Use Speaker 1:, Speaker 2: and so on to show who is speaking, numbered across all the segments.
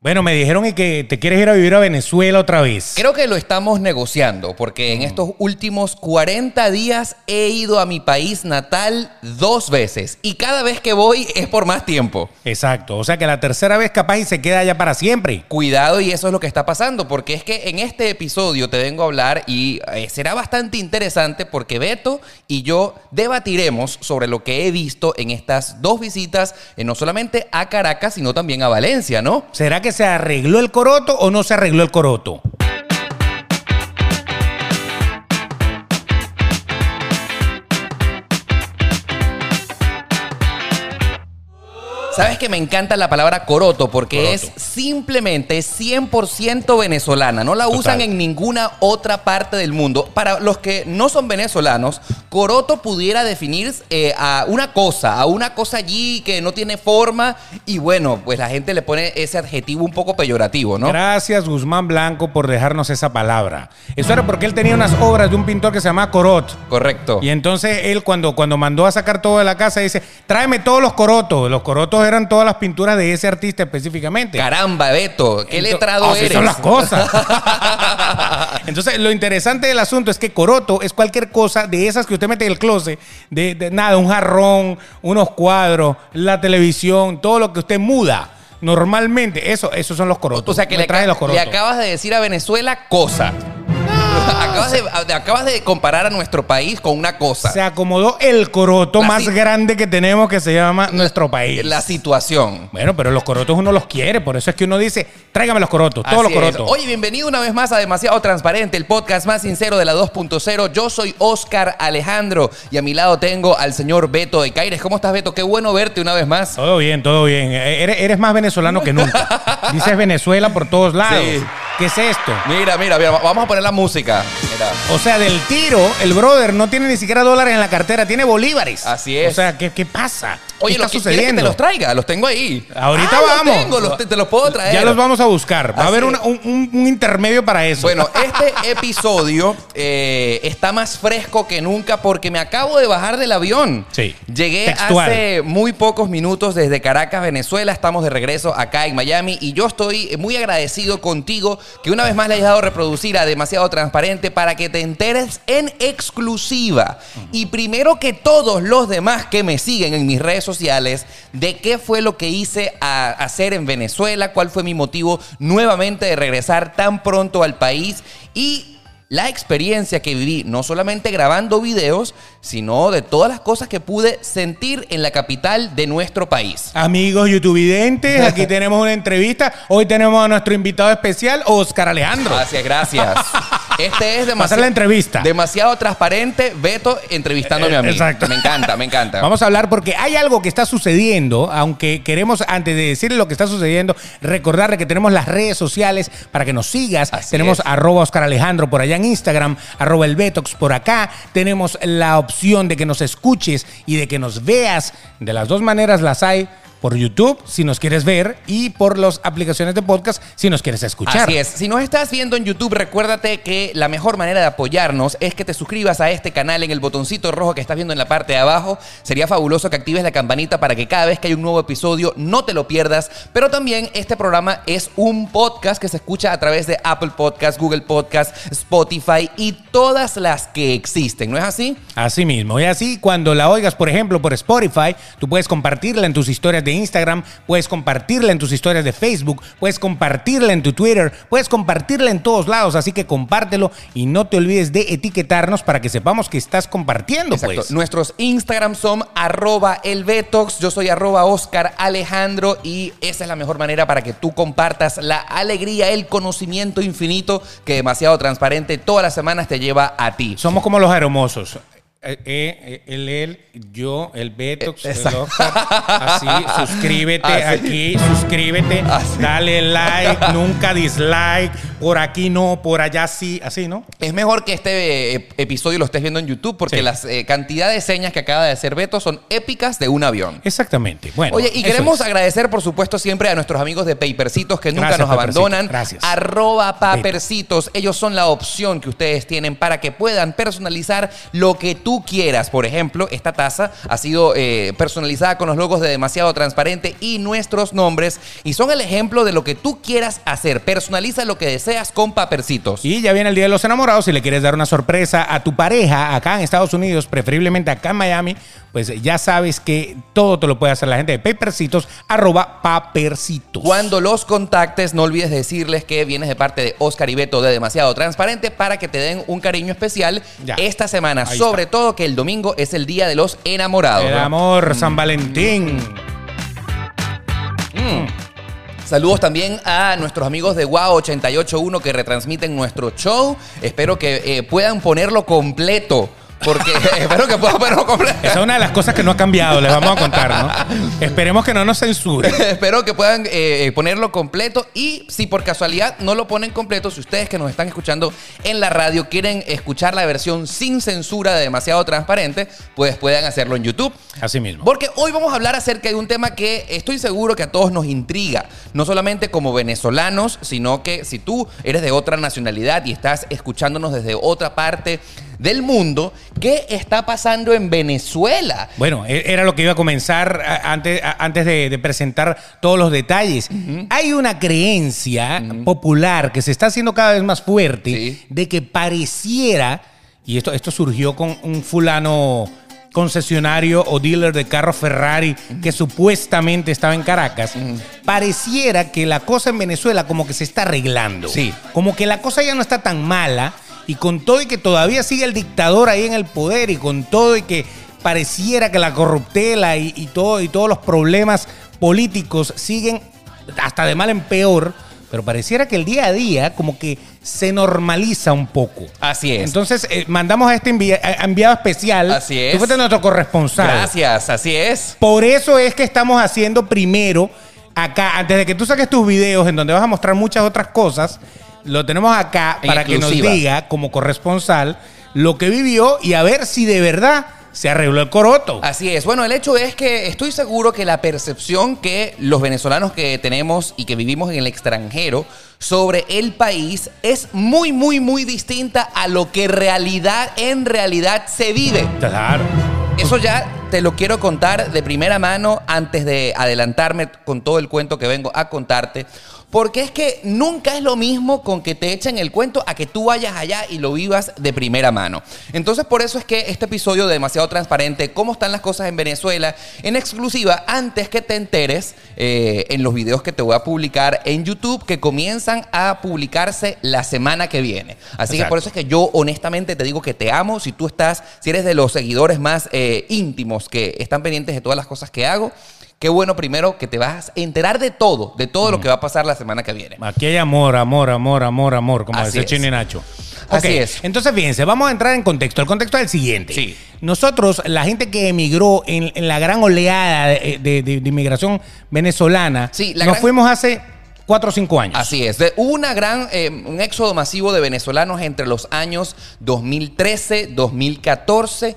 Speaker 1: Bueno, me dijeron y que te quieres ir a vivir a Venezuela otra vez.
Speaker 2: Creo que lo estamos negociando, porque en estos últimos 40 días he ido a mi país natal dos veces y cada vez que voy es por más tiempo.
Speaker 1: Exacto. O sea que la tercera vez capaz y se queda allá para siempre.
Speaker 2: Cuidado y eso es lo que está pasando, porque es que en este episodio te vengo a hablar y eh, será bastante interesante porque Beto y yo debatiremos sobre lo que he visto en estas dos visitas, eh, no solamente a Caracas, sino también a Valencia, ¿no?
Speaker 1: ¿Será que se arregló el coroto o no se arregló el coroto?
Speaker 2: Sabes que me encanta la palabra coroto porque es simplemente 100% venezolana. No la usan en ninguna otra parte del mundo. Para los que no son venezolanos, coroto pudiera definir eh, a una cosa, a una cosa allí que no tiene forma. Y bueno, pues la gente le pone ese adjetivo un poco peyorativo, ¿no?
Speaker 1: Gracias, Guzmán Blanco, por dejarnos esa palabra. Eso era porque él tenía unas obras de un pintor que se llamaba Corot.
Speaker 2: Correcto.
Speaker 1: Y entonces él cuando, cuando mandó a sacar todo de la casa dice, tráeme todos los corotos. Los corotos eran todas las pinturas de ese artista específicamente.
Speaker 2: Caramba, Beto, qué
Speaker 1: Ento-
Speaker 2: letrado
Speaker 1: Así
Speaker 2: eres.
Speaker 1: son las cosas. Entonces, lo interesante del asunto es que coroto es cualquier cosa de esas que usted mete en el closet, de, de nada, un jarrón, unos cuadros, la televisión, todo lo que usted muda. Normalmente, eso, esos son los corotos.
Speaker 2: O sea que
Speaker 1: Me
Speaker 2: le,
Speaker 1: traje
Speaker 2: aca-
Speaker 1: los
Speaker 2: le
Speaker 1: corotos.
Speaker 2: acabas de decir a Venezuela cosa. acabas, de, a- acabas de comparar a nuestro país con una cosa.
Speaker 1: Se acomodó el coroto
Speaker 2: La
Speaker 1: más
Speaker 2: si-
Speaker 1: grande que tenemos que se llama nuestro país.
Speaker 2: la situación.
Speaker 1: Bueno, pero los corotos uno los quiere, por eso es que uno dice, tráigame los corotos, todos los
Speaker 2: Así es.
Speaker 1: corotos.
Speaker 2: Oye, bienvenido una vez más a Demasiado Transparente, el podcast más sincero de la 2.0. Yo soy Oscar Alejandro y a mi lado tengo al señor Beto de Caires. ¿Cómo estás, Beto? Qué bueno verte una vez más.
Speaker 1: Todo bien, todo bien. E- Eres, eres más venezolano que nunca. Dices Venezuela por todos lados.
Speaker 2: Sí.
Speaker 1: ¿Qué es esto?
Speaker 2: Mira, mira, mira, vamos a poner la música. Mira.
Speaker 1: O sea, del tiro, el brother no tiene ni siquiera dólares en la cartera, tiene bolívares.
Speaker 2: Así es.
Speaker 1: O sea, ¿qué, qué pasa?
Speaker 2: Oye,
Speaker 1: ¿Qué
Speaker 2: lo
Speaker 1: está
Speaker 2: que quieres que te
Speaker 1: sucediendo?
Speaker 2: los traiga, los tengo ahí.
Speaker 1: Ahorita
Speaker 2: Ah,
Speaker 1: vamos.
Speaker 2: Los tengo, los te, te los puedo traer.
Speaker 1: ya los vamos a buscar. Va a
Speaker 2: Así
Speaker 1: haber
Speaker 2: es.
Speaker 1: una- un, un- un intermedio para eso.
Speaker 2: Bueno, este episodio eh, está más fresco que nunca porque me acabo de bajar del avión.
Speaker 1: Sí.
Speaker 2: Llegué
Speaker 1: Textual.
Speaker 2: hace muy pocos minutos desde Caracas, Venezuela. Estamos de regreso acá en Miami y yo estoy muy agradecido contigo que una vez más le hayas dado reproducir a Demasiado Transparente para que te enteres en exclusiva y primero que todos los demás que me siguen en mis redes sociales de qué fue lo que hice a hacer en Venezuela, cuál fue mi motivo nuevamente de regresar tan pronto al país y la experiencia que viví, no solamente grabando videos, sino de todas las cosas que pude sentir en la capital de nuestro país.
Speaker 1: Amigos youtubidentes, aquí tenemos una entrevista. Hoy tenemos a nuestro invitado especial, Oscar Alejandro.
Speaker 2: Gracias, gracias. Este es
Speaker 1: Pasar la
Speaker 2: demasiado,
Speaker 1: entrevista. Eh,
Speaker 2: demasiado transparente, Beto entrevistándome a mí.
Speaker 1: Exacto.
Speaker 2: Me encanta, me encanta.
Speaker 1: Vamos a hablar porque hay algo que está sucediendo, aunque queremos, antes de decirle lo que está sucediendo, recordarle que tenemos las redes sociales para que nos sigas.
Speaker 2: Así
Speaker 1: tenemos
Speaker 2: es.
Speaker 1: arroba Oscar Alejandro por allá en Instagram, arroba el Betox por acá. Tenemos la opción de que nos escuches y de que nos veas. De las dos maneras las hay. Por YouTube, si nos quieres ver, y por las aplicaciones de podcast, si nos quieres escuchar.
Speaker 2: Así es. Si nos estás viendo en YouTube, recuérdate que la mejor manera de apoyarnos es que te suscribas a este canal en el botoncito rojo que estás viendo en la parte de abajo. Sería fabuloso que actives la campanita para que cada vez que hay un nuevo episodio no te lo pierdas. Pero también este programa es un podcast que se escucha a través de Apple Podcast, Google Podcast, Spotify y todas las que existen. ¿No es así?
Speaker 1: Así mismo. Y así, cuando la oigas, por ejemplo, por Spotify, tú puedes compartirla en tus historias de Instagram, puedes compartirla en tus historias de Facebook, puedes compartirla en tu Twitter, puedes compartirla en todos lados. Así que compártelo y no te olvides de etiquetarnos para que sepamos que estás compartiendo,
Speaker 2: Exacto.
Speaker 1: pues.
Speaker 2: Nuestros Instagram son arroba el Betox, yo soy arroba Oscar Alejandro y esa es la mejor manera para que tú compartas la alegría, el conocimiento infinito que demasiado transparente todas las semanas te lleva a ti.
Speaker 1: Somos como los aeromosos. Eh, eh, él, él, yo, el Betox, el Oscar. Así, suscríbete
Speaker 2: Eh, Así.
Speaker 1: aquí, suscríbete,
Speaker 2: Así.
Speaker 1: dale like, nunca dislike, por aquí no, por allá sí, así, ¿no?
Speaker 2: Es mejor que este eh, episodio lo estés viendo en YouTube porque
Speaker 1: Sí.
Speaker 2: las eh, cantidad de señas que acaba de hacer Beto son épicas de un avión.
Speaker 1: Exactamente. Bueno,
Speaker 2: Oye, y
Speaker 1: eso
Speaker 2: queremos
Speaker 1: es.
Speaker 2: agradecer, por supuesto, siempre a nuestros amigos de Papercitos que nunca
Speaker 1: Gracias,
Speaker 2: nos
Speaker 1: Papercitos.
Speaker 2: abandonan.
Speaker 1: Gracias.
Speaker 2: Arroba Papercitos. Ellos son la opción que ustedes tienen para que puedan personalizar lo que tú tú quieras. Por ejemplo, esta taza ha sido eh, personalizada con los logos de demasiado transparente y nuestros nombres y son el ejemplo de lo que tú quieras hacer. Personaliza lo que deseas con papercitos.
Speaker 1: Y ya viene el Día de los Enamorados. Si le quieres dar una sorpresa a tu pareja acá en Estados Unidos, preferiblemente acá en Miami, pues ya sabes que todo te lo puede hacer la gente de Papercitos, arroba Papercitos.
Speaker 2: Cuando los contactes, no olvides decirles que vienes de parte de Oscar y Beto de Demasiado Transparente para que te den un cariño especial
Speaker 1: Ya.
Speaker 2: esta semana.
Speaker 1: Ahí
Speaker 2: Sobre todo que el domingo es el Día de los Enamorados.
Speaker 1: El
Speaker 2: ¿no?
Speaker 1: amor,
Speaker 2: Mm.
Speaker 1: San Valentín.
Speaker 2: Saludos también a nuestros amigos de Wow 881 que retransmiten nuestro show. Espero que eh, puedan ponerlo completo. Porque espero que puedan ponerlo
Speaker 1: Esa
Speaker 2: completo.
Speaker 1: es una de las cosas que no ha cambiado, les vamos a contar, ¿no? Esperemos que no nos censuren.
Speaker 2: Espero que puedan eh, eh, ponerlo completo y si por casualidad no lo ponen completo, si ustedes que nos están escuchando en la radio quieren escuchar la versión sin censura de demasiado transparente, pues puedan hacerlo en YouTube.
Speaker 1: Así mismo.
Speaker 2: Porque hoy vamos a hablar acerca de un tema que estoy seguro que a todos nos intriga, no solamente como venezolanos, sino que si tú eres de otra nacionalidad y estás escuchándonos desde otra parte del mundo, ¿qué está pasando en Venezuela?
Speaker 1: Bueno, e- era lo que iba a comenzar a- antes, a- antes de, de presentar todos los detalles. Hay una creencia popular que se está haciendo cada vez más fuerte
Speaker 2: Sí.
Speaker 1: de que pareciera, y esto, esto surgió con un fulano concesionario o dealer de carro Ferrari que supuestamente estaba en Caracas, pareciera que la cosa en Venezuela como que se está arreglando.
Speaker 2: Sí.
Speaker 1: Como que la cosa ya no está tan mala y con todo y que todavía sigue el dictador ahí en el poder y con todo y que pareciera que la corruptela y, y todo, y todos los problemas políticos siguen hasta de mal en peor, pero pareciera que el día a día como que se normaliza un poco.
Speaker 2: Así es.
Speaker 1: Entonces eh, mandamos a este envia- a- enviado especial.
Speaker 2: Así es.
Speaker 1: Tú fuiste nuestro corresponsal.
Speaker 2: Gracias, así es.
Speaker 1: Por eso es que estamos haciendo primero acá, antes de que tú saques tus videos en donde vas a mostrar muchas otras cosas, lo tenemos acá
Speaker 2: En
Speaker 1: para que
Speaker 2: exclusiva.
Speaker 1: nos diga como corresponsal lo que vivió y a ver si de verdad se arregló el coroto.
Speaker 2: Así es. Bueno, el hecho es que estoy seguro que la percepción que los venezolanos que tenemos y que vivimos en el extranjero sobre el país es muy, muy, muy distinta a lo que realidad, en realidad se vive.
Speaker 1: Claro.
Speaker 2: Eso ya te lo quiero contar de primera mano antes de adelantarme con todo el cuento que vengo a contarte. Porque es que nunca es lo mismo con que te echen el cuento a que tú vayas allá y lo vivas de primera mano. Entonces por eso es que este episodio de Demasiado Transparente, cómo están las cosas en Venezuela, en exclusiva, antes que te enteres, eh, en los videos que te voy a publicar en YouTube, que comienzan a publicarse la semana que viene. Así que
Speaker 1: Exacto.
Speaker 2: por eso es que yo honestamente te digo que te amo. Si tú estás, si eres de los seguidores más eh, íntimos que están pendientes de todas las cosas que hago, qué bueno primero que te vas a enterar de todo, de todo lo que va a pasar la semana que viene.
Speaker 1: Aquí hay amor, amor, amor, amor, amor, como
Speaker 2: Así
Speaker 1: decía
Speaker 2: es.
Speaker 1: Chino y Nacho.
Speaker 2: Así
Speaker 1: Ok,
Speaker 2: es.
Speaker 1: Entonces, fíjense, vamos a entrar en contexto. El contexto es el siguiente.
Speaker 2: Sí.
Speaker 1: Nosotros, la gente que emigró en, en la gran oleada de, de- de- de inmigración venezolana,
Speaker 2: Sí, la
Speaker 1: nos
Speaker 2: gran-
Speaker 1: fuimos hace 4 o 5 años.
Speaker 2: Así es. De- Hubo una gran, eh, un éxodo masivo de venezolanos entre los años 2013, 2014,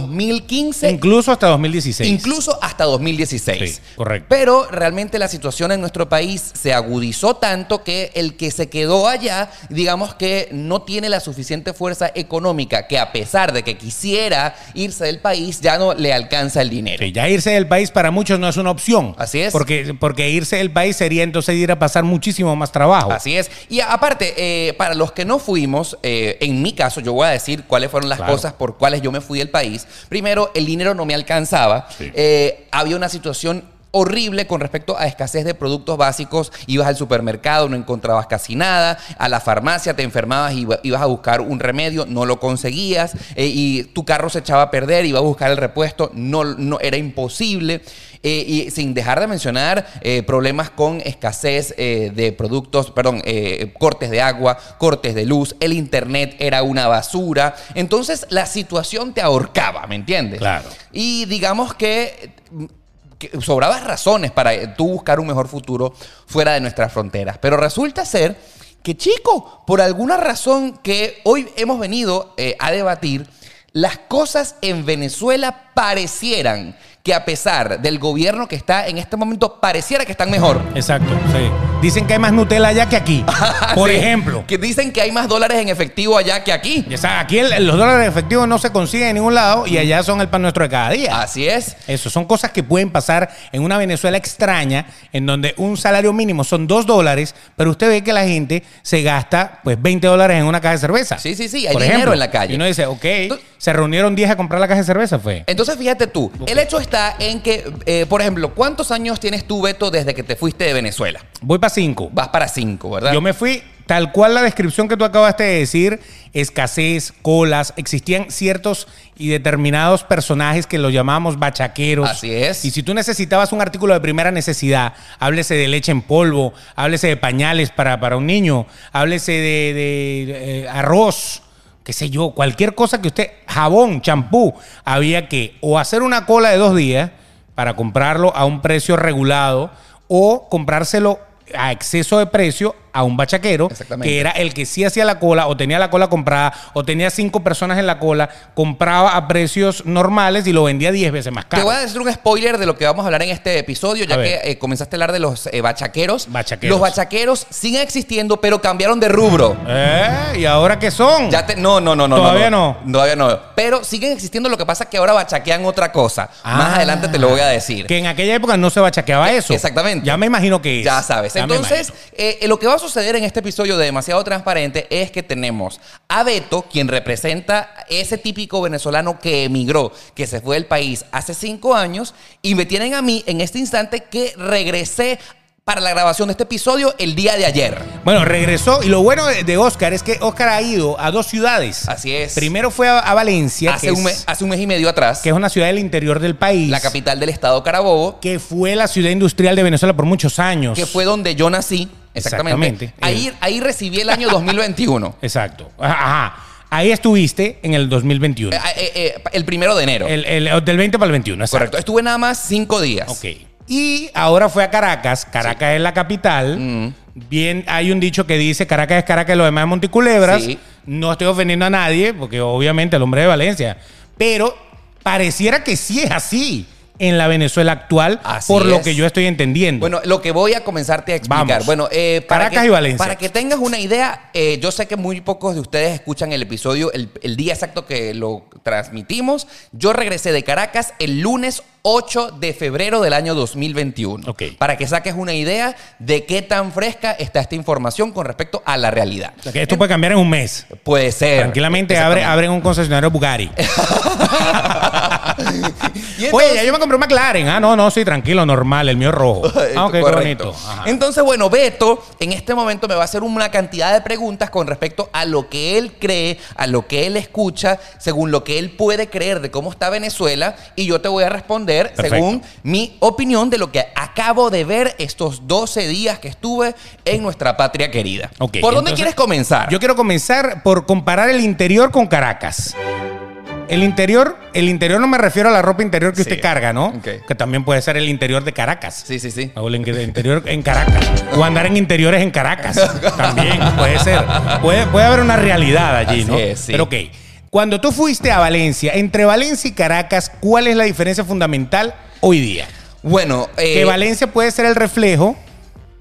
Speaker 2: 2015
Speaker 1: Incluso hasta 2016.
Speaker 2: Incluso hasta 2016.
Speaker 1: Sí, correcto.
Speaker 2: Pero realmente la situación en nuestro país se agudizó tanto que el que se quedó allá, digamos que no tiene la suficiente fuerza económica, que a pesar de que quisiera irse del país, ya no le alcanza el dinero.
Speaker 1: Sí, ya irse del país para muchos no es una opción.
Speaker 2: Así es.
Speaker 1: Porque, porque irse del país sería entonces ir a pasar muchísimo más trabajo.
Speaker 2: Así es. Y a- aparte, eh, para los que no fuimos, eh, en mi caso, yo voy a decir cuáles fueron las
Speaker 1: Claro.
Speaker 2: cosas por cuales yo me fui del país. Primero, el dinero no me alcanzaba.
Speaker 1: Sí.
Speaker 2: Eh, había una situación horrible con respecto a escasez de productos básicos. Ibas al supermercado, no encontrabas casi nada. A la farmacia te enfermabas y iba- ibas a buscar un remedio, no lo conseguías. Eh, y tu carro se echaba a perder, ibas a buscar el repuesto, no, no era imposible. Eh, y sin dejar de mencionar eh, problemas con escasez eh, de productos, perdón, eh, cortes de agua, cortes de luz, el internet era una basura. Entonces la situación te ahorcaba, ¿me entiendes?
Speaker 1: Claro.
Speaker 2: Y digamos que, que sobrabas razones para eh, tú buscar un mejor futuro fuera de nuestras fronteras. Pero resulta ser que, chico, por alguna razón que hoy hemos venido eh, a debatir, las cosas en Venezuela parecieran que a pesar del gobierno que está en este momento, pareciera que están mejor.
Speaker 1: Exacto, sí. Dicen que hay más Nutella allá que aquí. Por
Speaker 2: Sí.
Speaker 1: ejemplo.
Speaker 2: Que dicen que hay más dólares en efectivo allá que aquí.
Speaker 1: Ya sabes, aquí el- los dólares efectivos no se consiguen en ningún lado y allá son el pan nuestro de cada día.
Speaker 2: Así es.
Speaker 1: Eso, son cosas que pueden pasar en una Venezuela extraña, en donde un salario mínimo son 2 dólares, pero usted ve que la gente se gasta pues 20 dólares en una caja de cerveza.
Speaker 2: Sí, sí, sí, hay dinero en la calle.
Speaker 1: Y uno dice, ok,
Speaker 2: Tú- Eh,
Speaker 1: se reunieron 10 a comprar la caja de cerveza, fue.
Speaker 2: Entonces, fíjate tú, el hecho está en que, eh, por ejemplo, ¿cuántos años tienes tú, Beto, desde que te fuiste de Venezuela?
Speaker 1: Voy para 5.
Speaker 2: Vas para cinco, ¿verdad?
Speaker 1: Yo me fui, tal cual la descripción que tú acabaste de decir, escasez, colas, existían ciertos y determinados personajes que los llamábamos bachaqueros.
Speaker 2: Así es.
Speaker 1: Y si tú necesitabas un artículo de primera necesidad, háblese de leche en polvo, háblese de pañales para, para un niño, háblese de, de, eh, arroz. Qué sé yo, cualquier cosa que usted, jabón, champú, había que o hacer una cola de dos días para comprarlo a un precio regulado o comprárselo a exceso de precio a un bachaquero
Speaker 2: Exactamente.
Speaker 1: que era el que sí hacía la cola o tenía la cola comprada o tenía cinco personas en la cola, compraba a precios normales y lo vendía diez veces más
Speaker 2: Te
Speaker 1: caro.
Speaker 2: voy a decir un spoiler de lo que vamos a hablar en este episodio, ya
Speaker 1: A
Speaker 2: que
Speaker 1: ver.
Speaker 2: eh, comenzaste a hablar de los eh, bachaqueros.
Speaker 1: Bachaqueros.
Speaker 2: Los bachaqueros siguen existiendo, pero cambiaron de rubro.
Speaker 1: ¿Eh? ¿Y ahora qué son?
Speaker 2: Ya te- no, no, no, no.
Speaker 1: Todavía
Speaker 2: no. Todavía no. Pero siguen existiendo, lo que pasa es que ahora bachaquean otra cosa.
Speaker 1: Ah.
Speaker 2: Más adelante te lo voy a decir.
Speaker 1: Que en aquella época no se bachaqueaba eso.
Speaker 2: Eh, Exactamente.
Speaker 1: Ya me imagino que es.
Speaker 2: Ya sabes.
Speaker 1: Ya me
Speaker 2: Entonces, eh, lo que va a suceder en este episodio de Demasiado Transparente es que tenemos a Beto, quien representa ese típico venezolano que emigró, que se fue del país hace cinco años, y me tienen a mí en este instante que regresé para la grabación de este episodio el día de ayer.
Speaker 1: Bueno, regresó y lo bueno de, de Oscar es que Oscar ha ido a dos ciudades.
Speaker 2: Así es.
Speaker 1: Primero fue a, a Valencia,
Speaker 2: Hace
Speaker 1: que,
Speaker 2: un, mes,
Speaker 1: es,
Speaker 2: hace un mes y medio atrás,
Speaker 1: que es una ciudad del interior del país,
Speaker 2: la capital del estado Carabobo,
Speaker 1: que fue la ciudad industrial de Venezuela por muchos años.
Speaker 2: que fue donde yo nací. Exactamente.
Speaker 1: Exactamente.
Speaker 2: Ahí, ahí recibí el año 2021.
Speaker 1: Exacto. Ajá. ajá. Ahí estuviste en el 2021.
Speaker 2: Eh, eh, eh, el primero de enero.
Speaker 1: El, el- del 20 para el 21, exacto.
Speaker 2: Correcto. Estuve nada más cinco días.
Speaker 1: Ok. Y ahora fue a Caracas. Caracas es la capital.
Speaker 2: Mm.
Speaker 1: Bien, hay un dicho que dice Caracas es Caracas y lo demás es Monticulebras.
Speaker 2: Sí.
Speaker 1: No estoy ofendiendo a nadie, porque obviamente el hombre de Valencia. Pero pareciera que sí es así en la Venezuela actual,
Speaker 2: Así
Speaker 1: por lo
Speaker 2: es.
Speaker 1: que yo estoy entendiendo.
Speaker 2: Bueno, lo que voy a comenzarte a explicar.
Speaker 1: Vamos.
Speaker 2: Bueno, eh,
Speaker 1: Caracas
Speaker 2: que,
Speaker 1: y Valencia.
Speaker 2: Para que tengas una idea, eh, yo sé que muy pocos de ustedes escuchan el episodio el, el día exacto que lo transmitimos. Yo regresé de Caracas el lunes 8 de febrero del año 2021.
Speaker 1: Ok.
Speaker 2: Para que saques una idea de qué tan fresca está esta información con respecto a la realidad.
Speaker 1: O sea, que esto puede cambiar en un mes.
Speaker 2: Puede ser.
Speaker 1: Tranquilamente abre,
Speaker 2: Exactamente.
Speaker 1: abren un concesionario Bugatti.
Speaker 2: Y
Speaker 1: Oye,
Speaker 2: entonces-
Speaker 1: ya yo me compré un McLaren. Ah, no, no, sí, tranquilo, normal, el mío es rojo. Ah, ok, qué
Speaker 2: Correcto.
Speaker 1: bonito. Ajá.
Speaker 2: Entonces, bueno, Beto en este momento me va a hacer una cantidad de preguntas con respecto a lo que él cree, a lo que él escucha, según lo que él puede creer de cómo está Venezuela, y yo te voy a responder
Speaker 1: Perfecto.
Speaker 2: según mi opinión de lo que acabo de ver estos 12 días que estuve en nuestra patria querida.
Speaker 1: Ok,
Speaker 2: ¿Por dónde
Speaker 1: entonces,
Speaker 2: quieres comenzar?
Speaker 1: Yo quiero comenzar por comparar el interior con Caracas. El interior, el interior no me refiero a la ropa interior que
Speaker 2: Sí.
Speaker 1: usted carga, ¿no?
Speaker 2: Ok.
Speaker 1: Que también puede ser el interior de Caracas.
Speaker 2: Sí, sí, sí.
Speaker 1: O el in- el interior en Caracas. O andar en interiores en Caracas. También puede ser. Puede, puede haber una realidad allí,
Speaker 2: Así
Speaker 1: ¿no?
Speaker 2: es, sí.
Speaker 1: Pero ok. Cuando tú fuiste a Valencia, entre Valencia y Caracas, ¿cuál es la diferencia fundamental hoy día?
Speaker 2: Bueno, eh,
Speaker 1: que Valencia puede ser el reflejo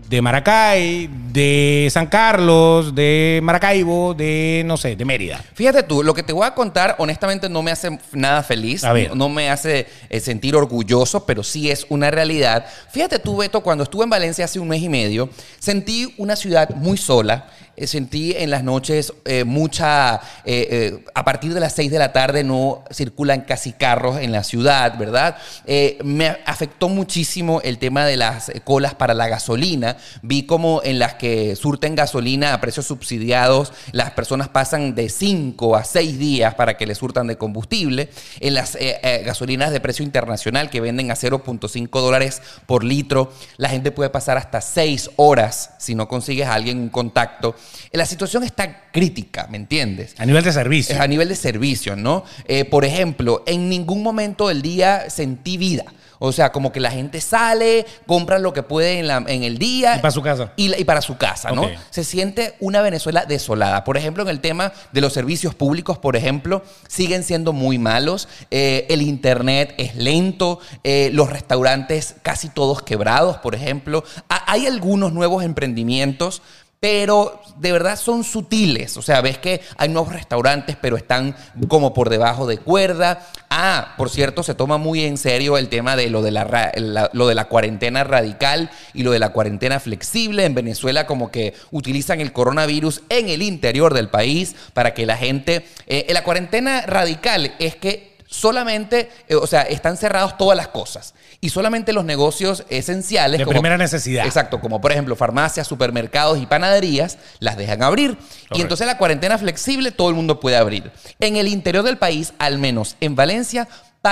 Speaker 1: de Maracay, de San Carlos, de Maracaibo, de no sé, de Mérida.
Speaker 2: Fíjate tú, lo que te voy a contar, honestamente, no me hace f- nada feliz.
Speaker 1: A ver.
Speaker 2: No me hace eh, sentir orgulloso, pero sí es una realidad. Fíjate tú, Beto, cuando estuve en Valencia hace un mes y medio, sentí una ciudad muy sola. Eh, Sentí en las noches eh, mucha. eh, eh, a partir de las 6 de la tarde no circulan casi carros en la ciudad, ¿verdad? Eh, me afectó muchísimo el tema de las eh, colas para la gasolina. Vi como en las que surten gasolina a precios subsidiados, las personas pasan de 5 a 6 días para que le surtan de combustible. En las eh, eh, gasolinas de precio internacional que venden a 0.5 dólares por litro, la gente puede pasar hasta 6 horas si no consigues a alguien un contacto la situación está crítica, ¿me entiendes?
Speaker 1: A nivel de servicio.
Speaker 2: Es a nivel de servicio, ¿no? Eh, por ejemplo, en ningún momento del día sentí vida. O sea, como que la gente sale, compra lo que puede en, la- en el día.
Speaker 1: Y para su casa.
Speaker 2: Y, la- y para su casa, ¿no?
Speaker 1: Ok.
Speaker 2: Se siente una Venezuela desolada. Por ejemplo, en el tema de los servicios públicos, por ejemplo, siguen siendo muy malos. Eh, el internet es lento. Eh, los restaurantes casi todos quebrados, por ejemplo. Ha- hay algunos nuevos emprendimientos. Pero de verdad son sutiles. O sea, ves que hay nuevos restaurantes, pero están como por debajo de cuerda. Ah, por cierto, se toma muy en serio el tema de lo de la, ra- la- lo de la cuarentena radical y lo de la cuarentena flexible. En Venezuela como que utilizan el coronavirus en el interior del país para que la gente... eh, la cuarentena radical es que solamente, eh, o sea, están cerrados todas las cosas y solamente los negocios esenciales...
Speaker 1: De primera necesidad.
Speaker 2: Exacto, como por ejemplo farmacias, supermercados y panaderías, las dejan abrir. Y
Speaker 1: Correcto.
Speaker 2: entonces la cuarentena flexible todo el mundo puede abrir. En el interior del país, al menos en Valencia,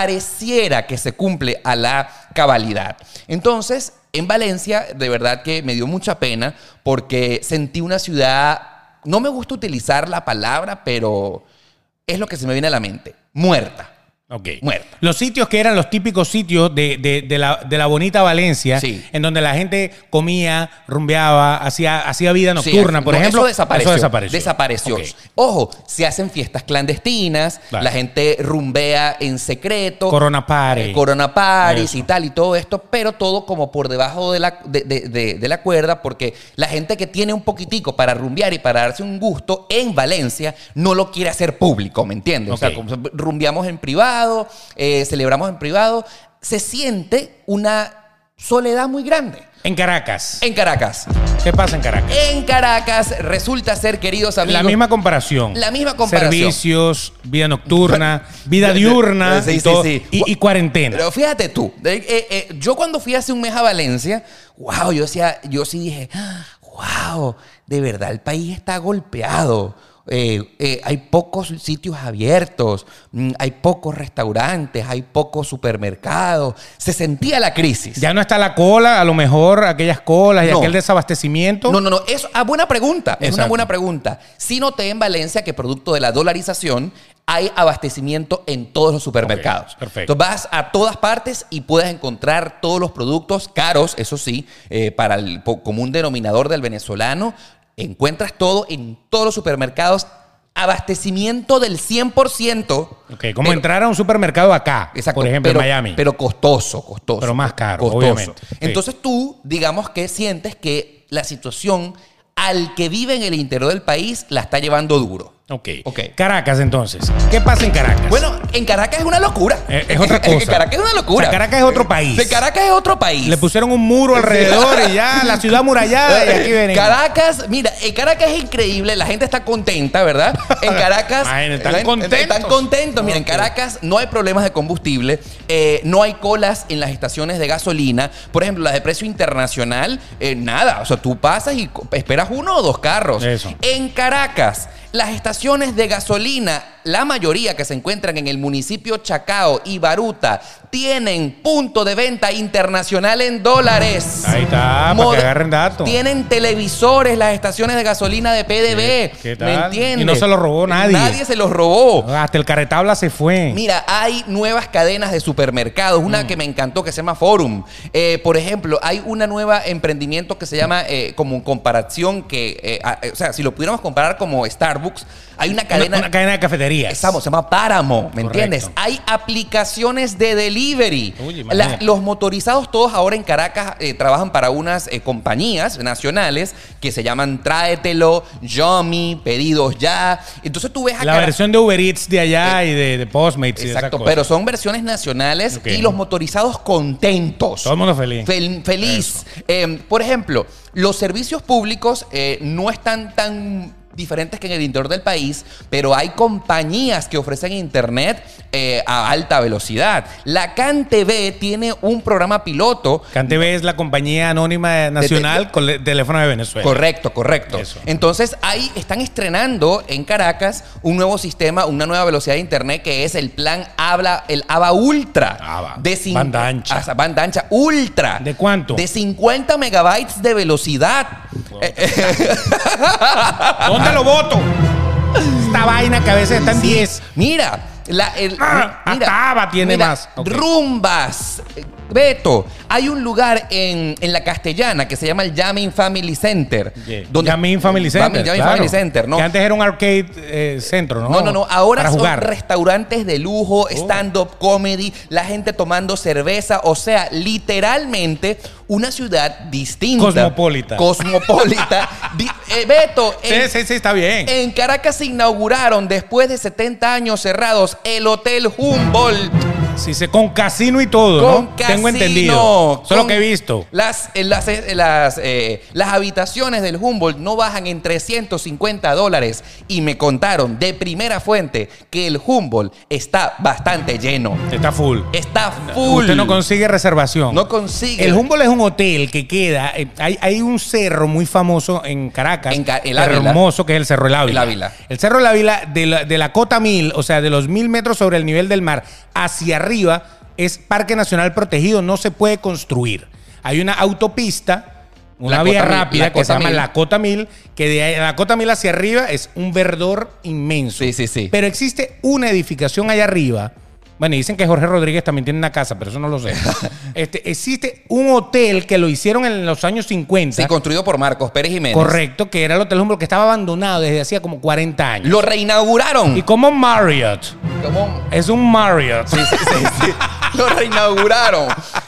Speaker 2: pareciera que se cumple a la cabalidad. Entonces, en Valencia, de verdad que me dio mucha pena porque sentí una ciudad, no me gusta utilizar la palabra, pero es lo que se me viene a la mente, muerta.
Speaker 1: Ok.
Speaker 2: Muerta.
Speaker 1: Los sitios que eran los típicos sitios de, de- de la, de la bonita Valencia,
Speaker 2: Sí.
Speaker 1: en donde la gente comía, rumbeaba, hacía, hacía vida nocturna,
Speaker 2: Sí,
Speaker 1: por
Speaker 2: no,
Speaker 1: ejemplo.
Speaker 2: Eso desapareció.
Speaker 1: Eso desapareció.
Speaker 2: Desapareció.
Speaker 1: Ok.
Speaker 2: Ojo, se hacen fiestas clandestinas,
Speaker 1: Claro.
Speaker 2: la gente rumbea en secreto.
Speaker 1: Corona party.
Speaker 2: eh, Corona parties
Speaker 1: Eso.
Speaker 2: y tal y todo esto, pero todo como por debajo de la, de, de- de- de la cuerda, porque la gente que tiene un poquitico para rumbear y para darse un gusto en Valencia no lo quiere hacer público, ¿me entiendes? O sea,
Speaker 1: Ok.
Speaker 2: como rumbeamos en privado, eh, celebramos en privado, se siente una soledad muy grande.
Speaker 1: En Caracas.
Speaker 2: En Caracas,
Speaker 1: ¿Qué pasa en Caracas?
Speaker 2: en Caracas resulta ser, queridos amigos.
Speaker 1: La misma comparación.
Speaker 2: La misma comparación.
Speaker 1: Servicios, vida nocturna, vida
Speaker 2: Sí,
Speaker 1: diurna
Speaker 2: sí,
Speaker 1: y,
Speaker 2: sí,
Speaker 1: todo-
Speaker 2: sí.
Speaker 1: y- y cuarentena.
Speaker 2: Pero fíjate tú, eh, eh, eh, yo cuando fui hace un mes a Valencia, wow, yo, decía, yo sí dije, wow, de verdad el país está golpeado. Eh, eh, hay pocos sitios abiertos, mm, hay pocos restaurantes, hay pocos supermercados. Se sentía la crisis.
Speaker 1: ya no está la cola, a lo mejor aquellas colas y
Speaker 2: No.
Speaker 1: aquel desabastecimiento.
Speaker 2: No, no, no. Eso, ah, buena pregunta. Es una
Speaker 1: Exacto.
Speaker 2: buena pregunta. Sí noté en Valencia que producto de la dolarización hay abastecimiento en todos los supermercados.
Speaker 1: Ok, perfecto.
Speaker 2: Entonces vas a todas partes y puedes encontrar todos los productos caros, eso sí, eh, para el po- común denominador del venezolano. Encuentras todo en todos los supermercados. Abastecimiento del 100%.
Speaker 1: Ok, como
Speaker 2: Pero-
Speaker 1: entrar a un supermercado acá,
Speaker 2: Exacto,
Speaker 1: por ejemplo,
Speaker 2: pero-
Speaker 1: en Miami.
Speaker 2: Pero costoso, costoso.
Speaker 1: Pero más caro, obviamente. Sí.
Speaker 2: Entonces tú, digamos que sientes que la situación al que vive en el interior del país la está llevando duro.
Speaker 1: Ok.
Speaker 2: Ok.
Speaker 1: Caracas, entonces. ¿Qué pasa en Caracas?
Speaker 2: Bueno, en Caracas es una locura.
Speaker 1: Eh, es otra
Speaker 2: que
Speaker 1: cosa.
Speaker 2: Caracas es una locura.
Speaker 1: O sea, Caracas es otro país.
Speaker 2: De Caracas es otro país.
Speaker 1: Le pusieron un muro alrededor y ya la ciudad murallada y aquí venimos.
Speaker 2: Eh, Caracas, mira, en Caracas es increíble, la gente está contenta, ¿verdad? En Caracas.
Speaker 1: Imagínate, están
Speaker 2: la gente-
Speaker 1: contentos.
Speaker 2: Están contentos. Mira, en
Speaker 1: Ok.
Speaker 2: Caracas no hay problemas de combustible, eh, no hay colas en las estaciones de gasolina. Por ejemplo, las de precio internacional, eh, nada. O sea, tú pasas y co- esperas uno o dos carros.
Speaker 1: Eso.
Speaker 2: En Caracas, las estaciones de gasolina, la mayoría que se encuentran en el municipio Chacao y Baruta, tienen punto de venta internacional en dólares.
Speaker 1: Ahí está, para
Speaker 2: Mod-
Speaker 1: que agarren datos.
Speaker 2: Tienen televisores las estaciones de gasolina de PDB.
Speaker 1: ¿Qué- qué
Speaker 2: ¿Me
Speaker 1: tal?
Speaker 2: entiendes?
Speaker 1: Y no se lo robó nadie. Ah.
Speaker 2: Nadie se los robó.
Speaker 1: Hasta el carretabla se fue.
Speaker 2: Mira, hay nuevas cadenas de supermercados.
Speaker 1: Mm.
Speaker 2: Una que me encantó que se llama Forum. Eh, por ejemplo, hay una nueva emprendimiento que se llama eh, como comparación que, eh, a- eh, o sea, si lo pudiéramos comparar como Starbucks, hay una
Speaker 1: Una-
Speaker 2: cadena.
Speaker 1: una, cadena de cafeterías.
Speaker 2: Estamos, se llama Páramo, ¿me
Speaker 1: Correcto.
Speaker 2: entiendes? Hay aplicaciones de delivery.
Speaker 1: Uy,
Speaker 2: La-
Speaker 1: imagínate.
Speaker 2: los motorizados todos ahora en Caracas eh, trabajan para unas eh, compañías nacionales que se llaman Tráetelo, Yomi, Pedidos Ya. Entonces tú ves a
Speaker 1: La
Speaker 2: Cara-
Speaker 1: versión de Uber Eats de allá y de, de Postmates y de esas
Speaker 2: Ah, Eh, Exacto,
Speaker 1: cosas.
Speaker 2: pero son versiones nacionales
Speaker 1: Ok.
Speaker 2: y los motorizados contentos.
Speaker 1: Todo el mundo feliz.
Speaker 2: Fel- Em, feliz. Eh, por ejemplo, los servicios públicos eh, no están tan diferentes que en el interior del país, pero hay compañías que ofrecen internet eh, a alta velocidad. La CanTV tiene un programa piloto
Speaker 1: CanTV es la compañía anónima nacional con el teléfono de Venezuela.
Speaker 2: Correcto, correcto.
Speaker 1: Eso.
Speaker 2: Entonces ahí están estrenando en Caracas un nuevo sistema, una nueva velocidad de internet que es el plan habla, el ABA Ultra.
Speaker 1: ABA.
Speaker 2: De cin-
Speaker 1: Banda ancha.
Speaker 2: Ah, banda ancha Ultra.
Speaker 1: ¿De cuánto?
Speaker 2: De 50 megabytes de velocidad. Eh, eh,
Speaker 1: ¿Dónde lo voto? Esta vaina que a veces está en 10.
Speaker 2: mira, la, el-
Speaker 1: Ah,
Speaker 2: mi- mira,
Speaker 1: hasta ABBA tiene
Speaker 2: mira,
Speaker 1: más. Ok.
Speaker 2: Rumbas. eh, Beto, hay un lugar en, en la castellana que se llama el Yamin Family Center.
Speaker 1: Donde, Yamin Family Center.
Speaker 2: Yamin
Speaker 1: claro.
Speaker 2: Family Center, ¿no?
Speaker 1: Que antes era un arcade eh, centro, ¿no?
Speaker 2: No, no, no. Ahora
Speaker 1: Para
Speaker 2: son
Speaker 1: jugar. Oh.
Speaker 2: restaurantes de lujo, stand-up comedy, la gente tomando cerveza. O sea, literalmente una ciudad distinta.
Speaker 1: Cosmopolita.
Speaker 2: Cosmopolita. Di- eh, Beto,
Speaker 1: Sí,
Speaker 2: en,
Speaker 1: sí, sí, está bien.
Speaker 2: en Caracas se inauguraron, después de 70 años cerrados, el Hotel Humboldt.
Speaker 1: Sí, sí, con casino y todo,
Speaker 2: Con
Speaker 1: ¿no?
Speaker 2: casino,
Speaker 1: Tengo entendido. Solo
Speaker 2: con-
Speaker 1: que he visto.
Speaker 2: Las, eh, las, eh, las, eh, las habitaciones del Humboldt no bajan en 350 dólares. Y me contaron de primera fuente que el Humboldt está bastante lleno.
Speaker 1: Está full.
Speaker 2: Está full.
Speaker 1: Usted no consigue reservación.
Speaker 2: No consigue.
Speaker 1: El Humboldt es un hotel que queda. eh, hay, hay un cerro muy famoso en Caracas.
Speaker 2: En Ca- el Ávila.
Speaker 1: Hermoso, que es el Cerro del Ávila.
Speaker 2: El Ávila.
Speaker 1: El Cerro del Ávila, de la, de la cota mil, o sea, de los mil metros sobre el nivel del mar hacia arriba, es Parque Nacional Protegido. No se puede construir. Hay una autopista. Una
Speaker 2: La
Speaker 1: vía
Speaker 2: Cota Mil,
Speaker 1: rápida
Speaker 2: la
Speaker 1: que se
Speaker 2: Cota
Speaker 1: llama
Speaker 2: Mil.
Speaker 1: la Cota Mil, que de ahí- la Cota Mil hacia arriba es un verdor inmenso.
Speaker 2: Sí, sí, sí.
Speaker 1: Pero existe una edificación allá arriba. Bueno, y dicen que Jorge Rodríguez también tiene una casa, pero eso no lo sé. Este, existe un hotel que lo hicieron en los años 50.
Speaker 2: Sí, construido por Marcos Pérez Jiménez.
Speaker 1: correcto, que era el Hotel Humboldt, que estaba abandonado desde hacía como 40 años.
Speaker 2: Lo reinauguraron.
Speaker 1: y como Marriott.
Speaker 2: Como-
Speaker 1: Es un Marriott.
Speaker 2: Sí, sí, sí, sí. Lo reinauguraron.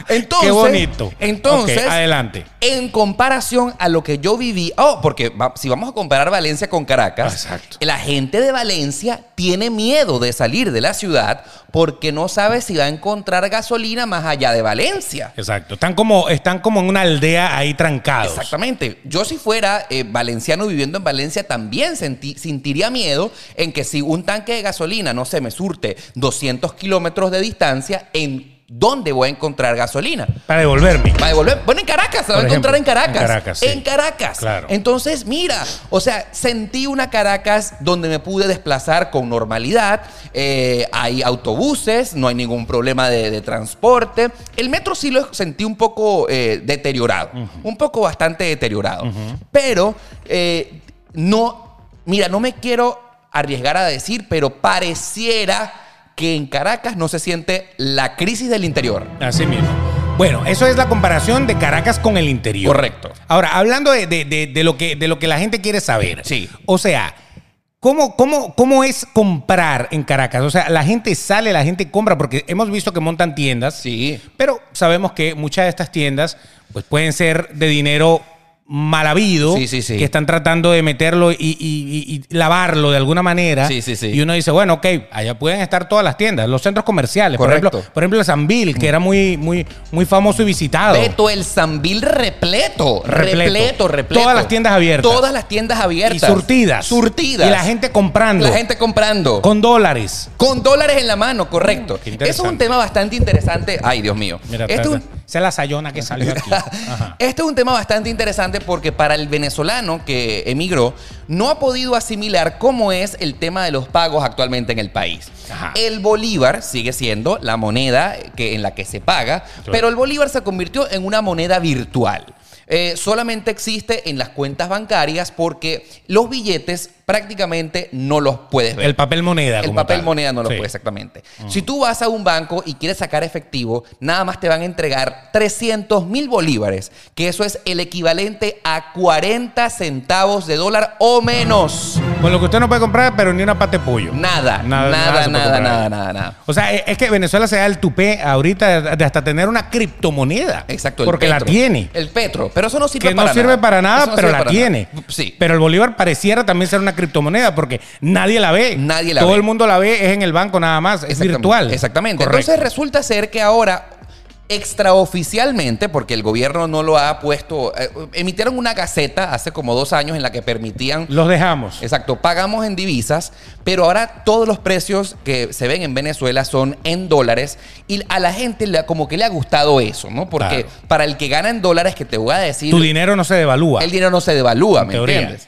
Speaker 2: Entonces,
Speaker 1: Qué bonito.
Speaker 2: Entonces,
Speaker 1: Ok, adelante.
Speaker 2: En comparación a lo que yo viví, oh, porque va- si vamos a comparar Valencia con Caracas,
Speaker 1: Exacto.
Speaker 2: la gente de Valencia tiene miedo de salir de la ciudad porque no sabe si va a encontrar gasolina más allá de Valencia.
Speaker 1: Exacto. Están como, están como en una aldea ahí trancados.
Speaker 2: Exactamente. Yo si fuera eh, valenciano viviendo en Valencia también senti- sentiría miedo en que si un tanque de gasolina, no se me surte 200 kilómetros de distancia, ¿en dónde voy a encontrar gasolina?
Speaker 1: Para devolverme.
Speaker 2: Va a devolver. Bueno, en Caracas, la va a
Speaker 1: Por
Speaker 2: encontrar en
Speaker 1: ejemplo,
Speaker 2: Caracas.
Speaker 1: en Caracas, sí.
Speaker 2: En Caracas.
Speaker 1: Claro.
Speaker 2: Entonces, mira, o sea, sentí una Caracas donde me pude desplazar con normalidad. Eh, hay autobuses, no hay ningún problema de, de transporte. El metro sí lo sentí un poco eh, deteriorado, un poco bastante deteriorado. Pero eh, no, mira, no me quiero arriesgar a decir, pero pareciera que en Caracas no se siente la crisis del interior.
Speaker 1: Así mismo. Bueno, eso es la comparación de Caracas con el interior.
Speaker 2: Correcto.
Speaker 1: Ahora, hablando de, de- de- de lo, que, de lo que la gente quiere saber.
Speaker 2: Sí.
Speaker 1: O sea, ¿cómo, cómo, ¿cómo es comprar en Caracas? O sea, la gente sale, la gente compra, porque hemos visto que montan tiendas.
Speaker 2: Sí.
Speaker 1: Pero sabemos que muchas de estas tiendas pues, pueden ser de dinero mal habido,
Speaker 2: Sí, sí, sí.
Speaker 1: que están tratando de meterlo y, y- y- y lavarlo de alguna manera.
Speaker 2: Sí, sí, sí.
Speaker 1: Y uno dice, bueno, ok, allá pueden estar todas las tiendas, los centros comerciales, por
Speaker 2: Correcto.
Speaker 1: ejemplo, por ejemplo, el Sambil, que era muy, muy, muy famoso y visitado.
Speaker 2: Beto, el Sambil repleto,
Speaker 1: Repleto.
Speaker 2: repleto. Repleto,
Speaker 1: Todas las tiendas abiertas.
Speaker 2: Todas las tiendas
Speaker 1: y
Speaker 2: abiertas.
Speaker 1: surtidas.
Speaker 2: Surtidas.
Speaker 1: Y la gente comprando.
Speaker 2: La gente comprando. Con,
Speaker 1: Con dólares.
Speaker 2: dólares en la mano, correcto.
Speaker 1: Qué interesante.
Speaker 2: Eso es un tema bastante interesante. Ay, Dios mío.
Speaker 1: Mira,
Speaker 2: Este es un-
Speaker 1: esa es la sayona que salió aquí. Ajá.
Speaker 2: Este es un tema bastante interesante porque para el venezolano que emigró no ha podido asimilar cómo es el tema de los pagos actualmente en el país.
Speaker 1: Ajá.
Speaker 2: El bolívar sigue siendo la moneda que, en la que se paga, pero el bolívar se convirtió en una moneda virtual. Eh, solamente existe en las cuentas bancarias porque los billetes prácticamente no los puedes ver.
Speaker 1: El papel moneda.
Speaker 2: El
Speaker 1: como
Speaker 2: papel
Speaker 1: tal.
Speaker 2: moneda no lo
Speaker 1: Sí. Mm.
Speaker 2: puede exactamente. Si tú vas a un banco y quieres sacar efectivo, nada más te van a entregar 300 mil bolívares, que eso es el equivalente a 40 centavos de dólar o menos.
Speaker 1: Con lo que usted no puede comprar, pero ni una pata de pollo.
Speaker 2: Nada,
Speaker 1: Mm. Nada, nada
Speaker 2: nada, nada,
Speaker 1: se puede
Speaker 2: nada,
Speaker 1: comprar.
Speaker 2: nada, nada,
Speaker 1: O sea, e- es es que Venezuela se da el tupé ahorita de- de hasta tener una criptomoneda.
Speaker 2: Exacto. el
Speaker 1: Porque la
Speaker 2: petro.
Speaker 1: tiene.
Speaker 2: El petro. Pero eso no sirve
Speaker 1: Que no
Speaker 2: para nada.
Speaker 1: sirve para nada,
Speaker 2: Eso no
Speaker 1: pero
Speaker 2: sirve
Speaker 1: la
Speaker 2: para
Speaker 1: tiene.
Speaker 2: nada. Sí.
Speaker 1: Pero el Bolívar pareciera también ser una criptomoneda porque nadie la ve.
Speaker 2: Nadie la
Speaker 1: Todo
Speaker 2: ve.
Speaker 1: el mundo la ve, es en el banco nada más, es
Speaker 2: Exactamente,
Speaker 1: virtual.
Speaker 2: Exactamente.
Speaker 1: Correcto.
Speaker 2: Entonces resulta ser que ahora extraoficialmente, porque el gobierno no lo ha puesto, eh, emitieron una gaceta hace como dos años en la que permitían
Speaker 1: Los dejamos.
Speaker 2: Exacto, pagamos en divisas, pero ahora todos los precios que se ven en Venezuela son en dólares y a la gente le ha- como que le ha gustado eso, ¿no? Porque
Speaker 1: Claro.
Speaker 2: para el que gana en dólares, que te voy a decir,
Speaker 1: Tu dinero no se devalúa.
Speaker 2: el dinero no se devalúa,
Speaker 1: En
Speaker 2: ¿me
Speaker 1: teoría.
Speaker 2: entiendes?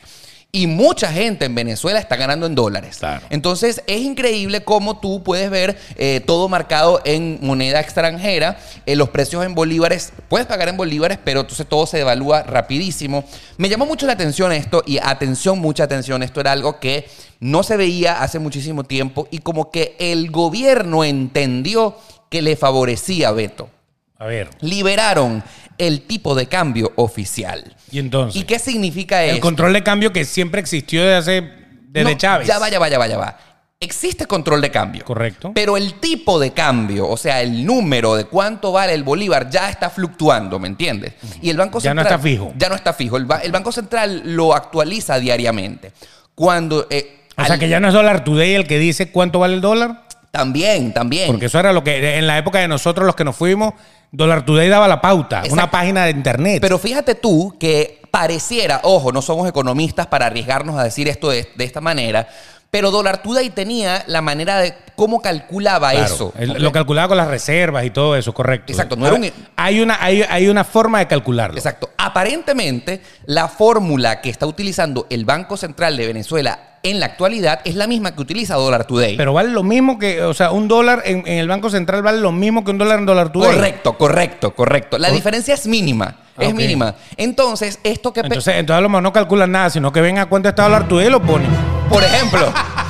Speaker 2: Y mucha gente en Venezuela está ganando en dólares.
Speaker 1: Claro.
Speaker 2: Entonces es increíble cómo tú puedes ver eh, todo marcado en moneda extranjera, eh, los precios en bolívares, puedes pagar en bolívares, pero entonces todo se devalúa rapidísimo. Me llamó mucho la atención esto y atención, mucha atención, esto era algo que no se veía hace muchísimo tiempo y como que el gobierno entendió que le favorecía a Beto.
Speaker 1: A ver.
Speaker 2: Liberaron el tipo de cambio oficial.
Speaker 1: Y entonces.
Speaker 2: ¿Y qué significa
Speaker 1: el
Speaker 2: eso?
Speaker 1: control de cambio que siempre existió desde hace. Desde Chávez.
Speaker 2: Ya va, ya va, ya va, ya va. Existe control de cambio.
Speaker 1: Correcto.
Speaker 2: Pero el tipo de cambio, o sea, el número de cuánto vale el bolívar ya está fluctuando, ¿me entiendes? Y el Banco
Speaker 1: Ya no
Speaker 2: Central.
Speaker 1: está fijo.
Speaker 2: Ya no está fijo. El, ba- el Banco Central lo actualiza diariamente. Cuando. eh,
Speaker 1: O sea
Speaker 2: al-
Speaker 1: que ya no es dólar today el que dice cuánto vale el dólar.
Speaker 2: También, también.
Speaker 1: Porque eso era lo que en la época de nosotros los que nos fuimos, Dollar Today daba la pauta,
Speaker 2: Exacto.
Speaker 1: una página de internet.
Speaker 2: Pero fíjate tú que pareciera, ojo, no somos economistas para arriesgarnos a decir esto de, de esta manera, pero Dollar Today tenía la manera de cómo calculaba
Speaker 1: Claro,
Speaker 2: eso.
Speaker 1: el- Lo calculaba con las reservas y todo eso, correcto.
Speaker 2: Exacto, no era un-
Speaker 1: hay, una, hay, hay una forma de calcularlo.
Speaker 2: Exacto. Aparentemente, la fórmula que está utilizando el Banco Central de Venezuela en la actualidad es la misma que utiliza Dollar Today.
Speaker 1: Pero vale lo mismo que, o sea, un dólar en, en el Banco Central vale lo mismo que un dólar en Dollar Today.
Speaker 2: correcto, correcto, correcto. La
Speaker 1: Cor-
Speaker 2: diferencia es mínima.
Speaker 1: Ah,
Speaker 2: es
Speaker 1: ok.
Speaker 2: mínima. Entonces, esto que... pe-
Speaker 1: Entonces, entonces a lo mejor no calculan nada, sino que ven a cuánto está Dollar Today y lo ponen.
Speaker 2: por ejemplo...
Speaker 1: Ah.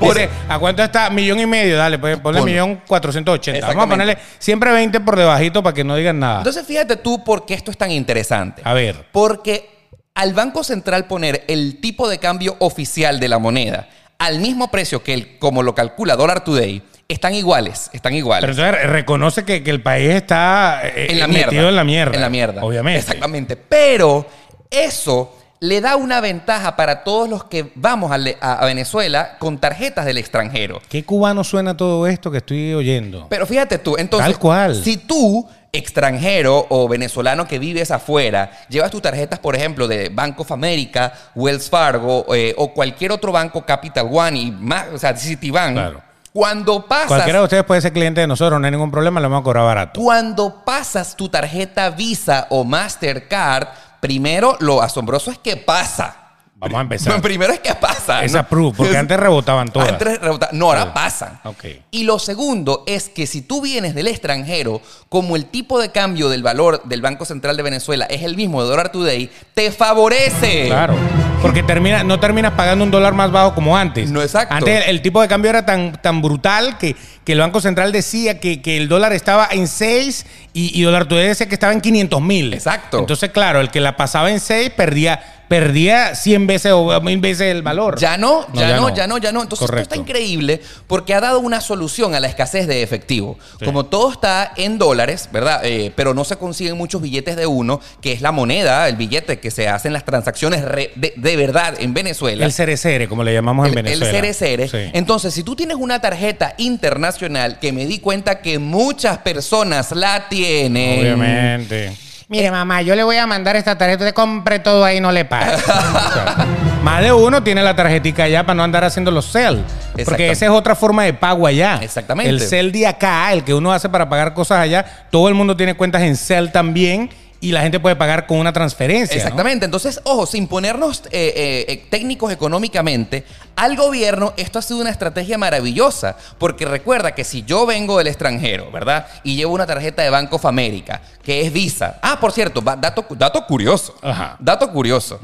Speaker 2: por-
Speaker 1: Dice, ¿a cuánto está? Millón y medio, dale, pues ponle
Speaker 2: Pon-
Speaker 1: millón cuatrocientos ochenta. Vamos a
Speaker 2: Exactamente.
Speaker 1: ponerle siempre 20 por debajito para que no digan nada.
Speaker 2: entonces, fíjate tú por qué esto es tan interesante.
Speaker 1: a ver.
Speaker 2: Porque al Banco Central poner el tipo de cambio oficial de la moneda al mismo precio que el, como lo calcula Dollar Today, están iguales, están iguales.
Speaker 1: Pero entonces reconoce que, que el país está eh,
Speaker 2: en la
Speaker 1: metido
Speaker 2: mierda.
Speaker 1: en la mierda.
Speaker 2: En la mierda.
Speaker 1: Obviamente.
Speaker 2: Exactamente. Pero eso le da una ventaja para todos los que vamos a, le- a- a Venezuela con tarjetas del extranjero.
Speaker 1: ¿Qué cubano suena todo esto que estoy oyendo?
Speaker 2: Pero fíjate tú, entonces,
Speaker 1: Tal cual.
Speaker 2: si tú, extranjero o venezolano que vives afuera, llevas tus tarjetas, por ejemplo, de Bank of America, Wells Fargo eh, o cualquier otro banco, Capital One y más, o sea, Citibank,
Speaker 1: Claro.
Speaker 2: cuando pasas...
Speaker 1: Cualquiera de ustedes puede ser cliente de nosotros, no hay ningún problema, lo vamos a cobrar barato.
Speaker 2: Cuando pasas tu tarjeta Visa o Mastercard, primero lo asombroso es que pasa.
Speaker 1: Vamos a empezar.
Speaker 2: Primero es que pasa.
Speaker 1: Esa proof, porque antes rebotaban todas.
Speaker 2: Antes rebota- no, ahora
Speaker 1: Todas.
Speaker 2: pasan.
Speaker 1: Ok.
Speaker 2: Y lo segundo es que si tú vienes del extranjero, como el tipo de cambio del valor del Banco Central de Venezuela es el mismo de Dollar Today, te favorece.
Speaker 1: Claro. Porque termina, no terminas pagando un dólar más bajo como antes.
Speaker 2: No, exacto.
Speaker 1: Antes el, el tipo de cambio era tan, tan brutal que, que el Banco Central decía que, que el dólar estaba en 6 y, y dólar today decía que estaba en 500 mil.
Speaker 2: Exacto.
Speaker 1: Entonces, claro, el que la pasaba en 6 perdía, perdía 100 veces o 1000 veces el valor.
Speaker 2: Ya no,
Speaker 1: No,
Speaker 2: ya,
Speaker 1: ya
Speaker 2: no,
Speaker 1: no.
Speaker 2: ya no, ya no. Entonces esto
Speaker 1: Correcto.
Speaker 2: está increíble porque ha dado una solución a la escasez de efectivo.
Speaker 1: Sí.
Speaker 2: Como todo está en dólares, ¿verdad? Eh, pero no se consiguen muchos billetes de uno, que es la moneda, el billete que se hacen las transacciones re- de, de verdad en Venezuela.
Speaker 1: El E cerecere, como le llamamos en
Speaker 2: El- el E
Speaker 1: Venezuela.
Speaker 2: CRCR.
Speaker 1: Sí.
Speaker 2: Entonces, si tú tienes una tarjeta internacional, que me di cuenta que muchas personas la tienen.
Speaker 1: Obviamente. Mire, mamá, yo le voy a mandar esta tarjeta. Usted compre todo ahí, no le pague. O sea, más de uno tiene la tarjetica allá para no andar haciendo los sell. Porque
Speaker 2: Exactamente.
Speaker 1: esa es otra forma de pago allá.
Speaker 2: Exactamente.
Speaker 1: El sell de acá, el que uno hace para pagar cosas allá, todo el mundo tiene cuentas en sell también y la gente puede pagar con una transferencia. ¿no?
Speaker 2: Exactamente. Entonces, ojo, sin ponernos eh, eh, eh, técnicos económicamente, al gobierno esto ha sido una estrategia maravillosa. Porque recuerda que si yo vengo del extranjero, ¿verdad? Y llevo una tarjeta de Banco of America, que es Visa. Ah, por cierto, va- dato, cu- dato curioso.
Speaker 1: Ajá.
Speaker 2: Dato curioso.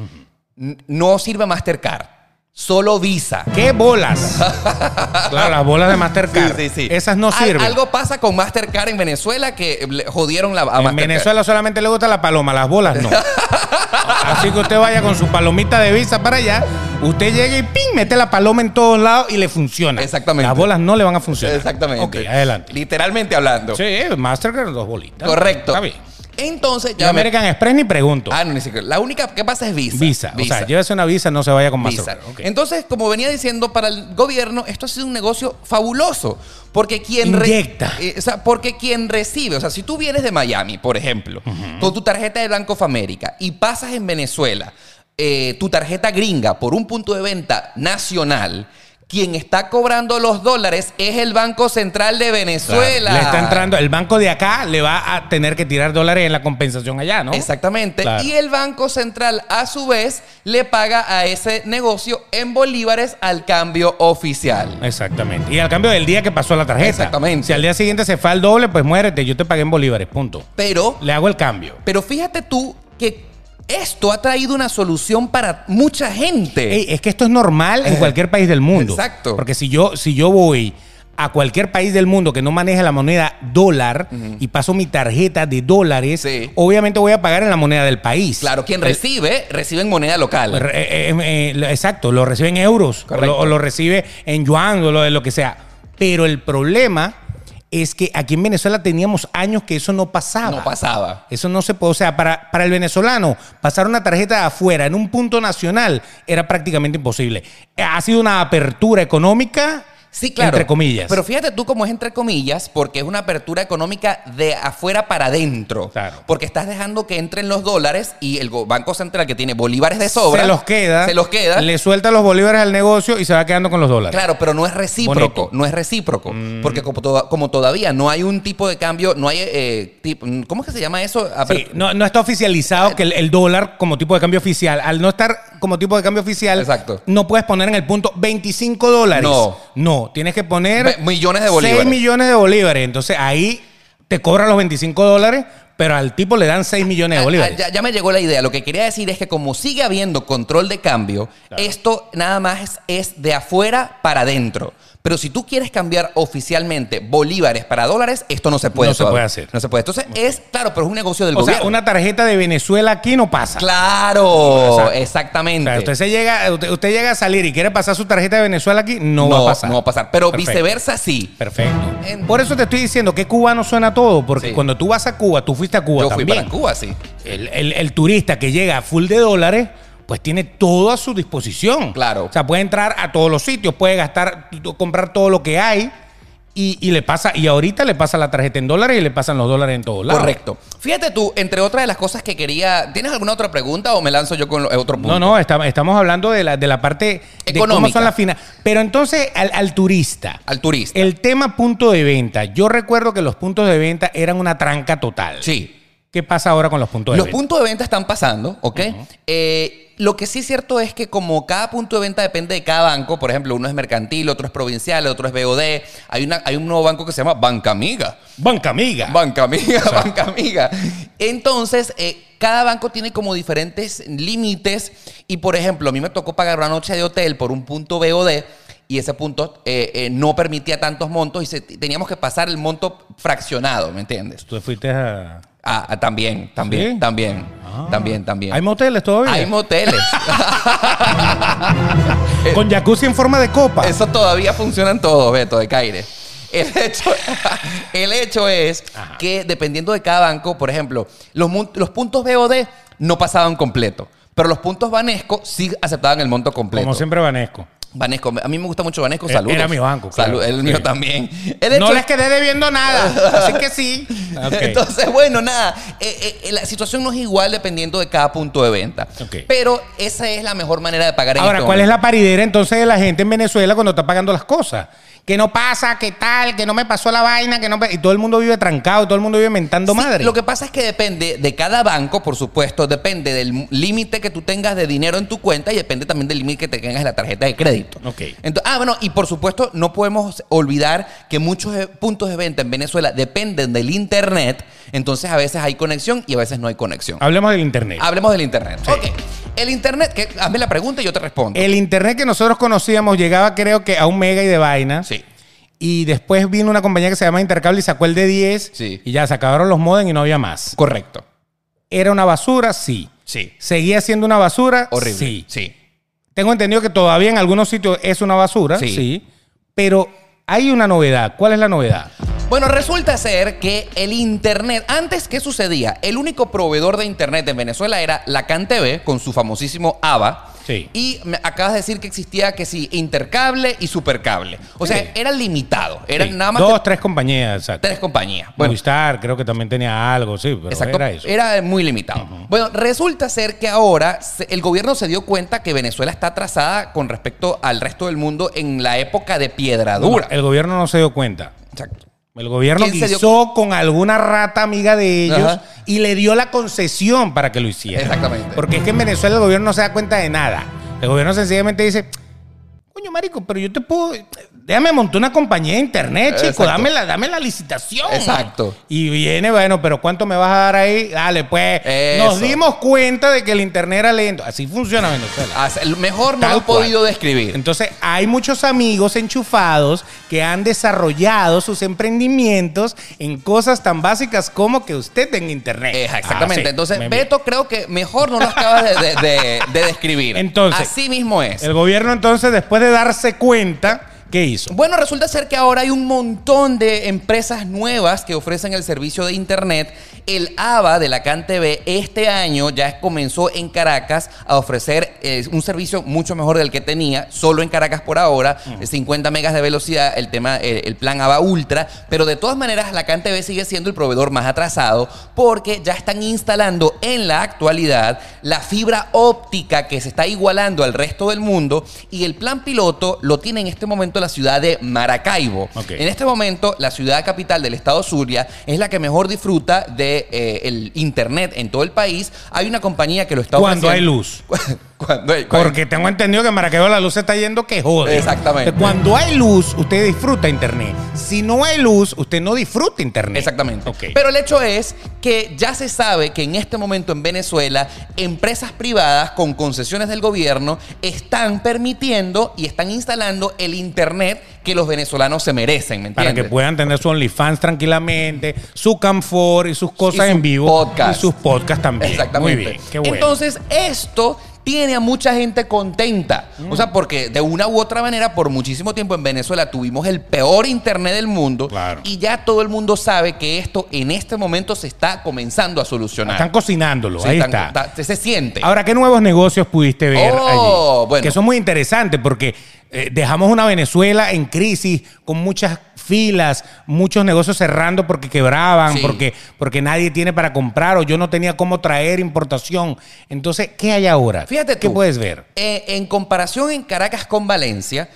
Speaker 2: N- No sirve Mastercard, solo Visa.
Speaker 1: ¿Qué bolas? claro, las bolas de Mastercard.
Speaker 2: Sí, sí, sí.
Speaker 1: Esas no
Speaker 2: Al-
Speaker 1: sirven.
Speaker 2: algo pasa con Mastercard en Venezuela que le jodieron la, a
Speaker 1: En
Speaker 2: Mastercard.
Speaker 1: Venezuela solamente le gusta la paloma, las bolas no. Así que usted vaya con su palomita de visa para allá, usted llega y ping, mete la paloma en todos lados y le funciona.
Speaker 2: Exactamente.
Speaker 1: Las bolas no le van a funcionar.
Speaker 2: Exactamente.
Speaker 1: Ok, adelante.
Speaker 2: Literalmente hablando.
Speaker 1: Sí, Mastercard, dos bolitas.
Speaker 2: Correcto.
Speaker 1: Está bien.
Speaker 2: Entonces,
Speaker 1: Y
Speaker 2: ya me-
Speaker 1: American Express ni pregunto.
Speaker 2: Ah, no, ni siquiera. La única que pasa es Visa.
Speaker 1: visa. O sea, llévese una visa, no se vaya con
Speaker 2: Visa.
Speaker 1: Mastercard. Ok.
Speaker 2: Entonces, como venía diciendo, para el gobierno esto ha sido un negocio fabuloso. Porque quien, re-
Speaker 1: Inyecta.
Speaker 2: eh, o sea, porque quien recibe, o sea, si tú vienes de Miami, por ejemplo, con tu tarjeta de Banco of America y pasas en Venezuela eh, tu tarjeta gringa por un punto de venta nacional, quien está cobrando los dólares es el Banco Central de
Speaker 1: Claro,
Speaker 2: Venezuela.
Speaker 1: Le está entrando, el banco de acá le va a tener que tirar dólares en la compensación allá, ¿no?
Speaker 2: Exactamente.
Speaker 1: Claro.
Speaker 2: Y el Banco Central, a su vez, le paga a ese negocio en bolívares al cambio oficial.
Speaker 1: Exactamente. Y al cambio del día que pasó la tarjeta.
Speaker 2: Exactamente.
Speaker 1: Si al día siguiente se fue al doble, pues muérete, yo te pagué en bolívares, punto.
Speaker 2: Pero,
Speaker 1: Le hago el cambio.
Speaker 2: pero fíjate tú que esto ha traído una solución para mucha gente.
Speaker 1: Ey, es que esto es normal en cualquier país del mundo.
Speaker 2: Exacto.
Speaker 1: Porque si yo, si yo voy a cualquier país del mundo que no maneja la moneda dólar y paso mi tarjeta de dólares,
Speaker 2: Sí.
Speaker 1: obviamente voy a pagar en la moneda del país.
Speaker 2: claro, quien recibe, recibe en moneda local.
Speaker 1: Eh, eh, eh, lo- exacto, lo recibe en euros o
Speaker 2: Correcto.
Speaker 1: lo, o lo recibe en yuan o lo, lo que sea. Pero el problema es que aquí en Venezuela teníamos años que eso no pasaba.
Speaker 2: No pasaba.
Speaker 1: Eso no se puede. O sea, para, para el venezolano, pasar una tarjeta de afuera en un punto nacional era prácticamente imposible. Ha sido una apertura económica,
Speaker 2: Sí, claro.
Speaker 1: entre comillas.
Speaker 2: Pero fíjate tú cómo es entre comillas, porque es una apertura económica de afuera para adentro.
Speaker 1: Claro.
Speaker 2: Porque estás dejando que entren los dólares y el go- Banco Central, que tiene bolívares de sobra.
Speaker 1: se los queda.
Speaker 2: Se los queda.
Speaker 1: Le suelta los bolívares al negocio y se va quedando con los dólares.
Speaker 2: Claro, pero no es recíproco.
Speaker 1: Bonito. Mm.
Speaker 2: No es recíproco. Porque como, to- como todavía no hay un tipo de cambio, no hay. eh, tipo- ¿Cómo es que se llama eso? Ah, Aper-
Speaker 1: Sí, no, no está oficializado que el, el dólar como tipo de cambio oficial. Al no estar como tipo de cambio oficial,
Speaker 2: Exacto.
Speaker 1: no puedes poner en el punto 25 dólares.
Speaker 2: No.
Speaker 1: No, tienes que poner...
Speaker 2: Ve- millones de bolívares.
Speaker 1: 6 millones de bolívares. Entonces ahí te cobran los 25 dólares, pero al tipo le dan 6 millones de
Speaker 2: Ah, ah,
Speaker 1: bolívares.
Speaker 2: ya, ya me llegó la idea. Lo que quería decir es que como sigue habiendo control de cambio, esto nada más es, es de afuera para adentro. Pero si tú quieres cambiar oficialmente bolívares para dólares, esto no se puede.
Speaker 1: No se
Speaker 2: todavía.
Speaker 1: puede hacer.
Speaker 2: No se puede. Entonces es, claro, pero es un negocio del
Speaker 1: o
Speaker 2: gobierno.
Speaker 1: sea, una tarjeta de Venezuela aquí no pasa.
Speaker 2: Claro,
Speaker 1: Exacto. O
Speaker 2: exactamente.
Speaker 1: sea, usted, se llega, usted, usted llega a salir y quiere pasar su tarjeta de Venezuela aquí, no, va a pasar.
Speaker 2: no va a pasar. Pero
Speaker 1: Perfecto.
Speaker 2: viceversa sí.
Speaker 1: Perfecto.
Speaker 2: En-
Speaker 1: Por eso te estoy diciendo que cubano suena todo, porque
Speaker 2: Sí.
Speaker 1: cuando tú vas a Cuba, tú fuiste a Cuba
Speaker 2: Yo fui
Speaker 1: también.
Speaker 2: para Cuba, sí.
Speaker 1: el, el- el turista que llega full de dólares, pues tiene todo a su disposición.
Speaker 2: Claro.
Speaker 1: O sea, puede entrar a todos los sitios, puede gastar, t- comprar todo lo que hay y, y le pasa, y ahorita le pasa la tarjeta en dólares y le pasan los dólares en todos lados.
Speaker 2: Correcto. Fíjate tú, entre otras de las cosas que quería. ¿Tienes alguna otra pregunta o me lanzo yo con lo- eh, otro punto?
Speaker 1: No, no, estamos, estamos hablando de la, de la parte de cómo
Speaker 2: Económica.
Speaker 1: son las finas. Pero entonces, al, al turista.
Speaker 2: Al turista.
Speaker 1: El tema punto de venta. Yo recuerdo que los puntos de venta eran una tranca total.
Speaker 2: Sí.
Speaker 1: ¿Qué pasa ahora con los puntos de
Speaker 2: Los
Speaker 1: venta?
Speaker 2: puntos de venta están pasando, ¿ok? Eh, lo que sí es cierto es que como cada punto de venta depende de cada banco, por ejemplo, uno es mercantil, otro es provincial, otro es BOD, hay, una, hay un nuevo banco que se llama Banca Amiga.
Speaker 1: Banca amiga.
Speaker 2: Banca amiga, banca amiga. Entonces, eh, cada banco tiene como diferentes límites. Y por ejemplo, a mí me tocó pagar una noche de hotel por un punto BOD. Y ese punto eh, eh, no permitía tantos montos y se- teníamos que pasar el monto fraccionado, ¿me entiendes?
Speaker 1: Tú fuiste a.
Speaker 2: Ah, ah, también, también,
Speaker 1: ¿Sí? Ah.
Speaker 2: también, también, también.
Speaker 1: ¿Hay moteles todavía?
Speaker 2: Hay moteles. Eh,
Speaker 1: Con jacuzzi en forma de copa.
Speaker 2: Eso todavía funcionan todos, Beto, de Caire. El hecho, el hecho es
Speaker 1: Ajá.
Speaker 2: que dependiendo de cada banco, por ejemplo, los, mun- los puntos BOD no pasaban completo, pero los puntos Banesco sí aceptaban el monto completo.
Speaker 1: Como siempre Vanesco.
Speaker 2: Banesco, a mí me gusta mucho Banesco,
Speaker 1: Eh,
Speaker 2: saludos.
Speaker 1: era mi banco, claro.
Speaker 2: Salud, el
Speaker 1: Sí.
Speaker 2: mío también. El hecho
Speaker 1: No les quedé debiendo nada, así que sí. Ok.
Speaker 2: Entonces, bueno, nada, eh, eh, la situación no es igual dependiendo de cada punto de venta.
Speaker 1: Ok.
Speaker 2: Pero esa es la mejor manera de pagar en
Speaker 1: Ahora,
Speaker 2: este
Speaker 1: ¿cuál
Speaker 2: momento.
Speaker 1: es la paridera entonces de la gente en Venezuela cuando está pagando las cosas? Que no pasa, que tal, que no me pasó la vaina, que no me- Y todo el mundo vive trancado, todo el mundo vive mentando
Speaker 2: Sí,
Speaker 1: madre.
Speaker 2: Lo que pasa es que depende de cada banco, por supuesto, depende del límite que tú tengas de dinero en tu cuenta y depende también del límite que te tengas en la tarjeta de crédito.
Speaker 1: Ok.
Speaker 2: Ento- ah, bueno, y por supuesto, no podemos olvidar que muchos eh, puntos de venta en Venezuela dependen del internet, entonces a veces hay conexión y a veces no hay conexión.
Speaker 1: Hablemos del internet.
Speaker 2: Hablemos del internet.
Speaker 1: Ah, Sí. Eh,
Speaker 2: Ok. El internet, que, hazme la pregunta y yo te respondo.
Speaker 1: El internet que nosotros conocíamos llegaba creo que a un mega y de vaina.
Speaker 2: sí.
Speaker 1: Y después vino una compañía que se llama Intercable y sacó el de 10.
Speaker 2: Sí.
Speaker 1: Y ya se acabaron los modem y no había más.
Speaker 2: Correcto.
Speaker 1: ¿Era una basura? Sí.
Speaker 2: Sí.
Speaker 1: ¿Seguía siendo una basura?
Speaker 2: Horrible.
Speaker 1: Sí.
Speaker 2: Sí.
Speaker 1: Tengo entendido que todavía en algunos sitios es una basura, sí.
Speaker 2: Sí.
Speaker 1: Pero hay una novedad. ¿Cuál es la novedad?
Speaker 2: Bueno, resulta ser que el Internet, antes, ¿qué sucedía? El único proveedor de Internet en Venezuela era la CanTV, con su famosísimo ABA.
Speaker 1: Sí.
Speaker 2: Y me acabas de decir que existía que sí, intercable y supercable. O sea,
Speaker 1: Sí.
Speaker 2: era limitado. Eran
Speaker 1: Sí,
Speaker 2: nada más
Speaker 1: Dos,
Speaker 2: que
Speaker 1: tres compañías, exacto.
Speaker 2: tres compañías. Bueno,
Speaker 1: Movistar creo que también tenía algo, sí, pero
Speaker 2: Exacto.
Speaker 1: era eso.
Speaker 2: muy limitado. Bueno, resulta ser que ahora se- el gobierno se dio cuenta que Venezuela está atrasada con respecto al resto del mundo en la época de piedra dura.
Speaker 1: No, el gobierno no se dio cuenta.
Speaker 2: Exacto.
Speaker 1: El gobierno
Speaker 2: ¿Quién se dio
Speaker 1: guisó con alguna rata amiga de ellos
Speaker 2: Ajá.
Speaker 1: y le dio la concesión para que lo hiciera.
Speaker 2: Exactamente.
Speaker 1: Porque es que en Venezuela el gobierno no se da cuenta de nada. El gobierno sencillamente dice, coño, marico, pero yo te puedo... Déjame montar una compañía de internet, chico.
Speaker 2: Exacto.
Speaker 1: Dame la, dame la licitación.
Speaker 2: Exacto.
Speaker 1: Y viene, bueno, pero ¿cuánto me vas a dar ahí? Dale, pues.
Speaker 2: Eso.
Speaker 1: Nos dimos cuenta de que el internet era lento. Así funciona Venezuela.
Speaker 2: As- el Mejor no
Speaker 1: Tal
Speaker 2: lo he
Speaker 1: cual.
Speaker 2: podido describir.
Speaker 1: Entonces, hay muchos amigos enchufados que han desarrollado sus emprendimientos en cosas tan básicas como que usted tenga internet.
Speaker 2: Eja, Eh, exactamente.
Speaker 1: Ah, sí.
Speaker 2: Entonces,
Speaker 1: Muy bien.
Speaker 2: Beto, creo que mejor no lo acabas de, de- de- de describir.
Speaker 1: Entonces,
Speaker 2: Así mismo es.
Speaker 1: El gobierno, entonces, después de darse cuenta, ¿qué hizo?
Speaker 2: Bueno, resulta ser que ahora hay un montón de empresas nuevas que ofrecen el servicio de internet. El ABA de la CanTV este año ya comenzó en Caracas a ofrecer eh, un servicio mucho mejor del que tenía, solo en Caracas por ahora, 50 megas de velocidad, el tema, eh, el plan ABA Ultra, pero de todas maneras la CanTV sigue siendo el proveedor más atrasado porque ya están instalando en la actualidad la fibra óptica que se está igualando al resto del mundo y el plan piloto lo tiene en este momento la ciudad de Maracaibo.
Speaker 1: Ok.
Speaker 2: En este momento la ciudad capital del estado Zulia es la que mejor disfruta de eh, el internet en todo el país. Hay una compañía que lo está
Speaker 1: Cuando hay
Speaker 2: ofreciendo.
Speaker 1: luz.
Speaker 2: Cuando hay- cuando-
Speaker 1: Porque tengo entendido que en Maracaibo la luz se está yendo que jode.
Speaker 2: Exactamente.
Speaker 1: Entonces, Cuando hay luz, usted disfruta internet. Si no hay luz, usted no disfruta internet.
Speaker 2: Exactamente.
Speaker 1: Ok.
Speaker 2: Pero el hecho es que ya se sabe que en este momento en Venezuela, empresas privadas con concesiones del gobierno están permitiendo y están instalando el Internet que los venezolanos se merecen, ¿me
Speaker 1: Para
Speaker 2: entiendes?
Speaker 1: que puedan tener su OnlyFans tranquilamente, su Camfor y sus cosas
Speaker 2: Y sus
Speaker 1: en vivo.
Speaker 2: podcasts.
Speaker 1: Y sus podcasts también.
Speaker 2: Exactamente.
Speaker 1: Muy bien, qué bueno.
Speaker 2: Entonces, esto tiene a mucha gente contenta.
Speaker 1: Mm.
Speaker 2: O sea, porque de una u otra manera, por muchísimo tiempo en Venezuela tuvimos el peor internet del mundo.
Speaker 1: Claro.
Speaker 2: Y ya todo el mundo sabe que esto en este momento se está comenzando a solucionar.
Speaker 1: están cocinándolo,
Speaker 2: Sí,
Speaker 1: ahí
Speaker 2: tan-
Speaker 1: está.
Speaker 2: ta- se- se siente.
Speaker 1: Ahora, ¿qué nuevos negocios pudiste ver
Speaker 2: Oh,
Speaker 1: allí?
Speaker 2: bueno.
Speaker 1: Que son muy interesantes porque eh, dejamos una Venezuela en crisis con muchas filas, muchos negocios cerrando porque quebraban,
Speaker 2: Sí.
Speaker 1: porque, porque nadie tiene para comprar o yo no tenía cómo traer importación. Entonces, ¿qué hay ahora?
Speaker 2: Fíjate
Speaker 1: ¿Qué
Speaker 2: tú.
Speaker 1: puedes ver?
Speaker 2: Eh, en comparación en Caracas con Valencia,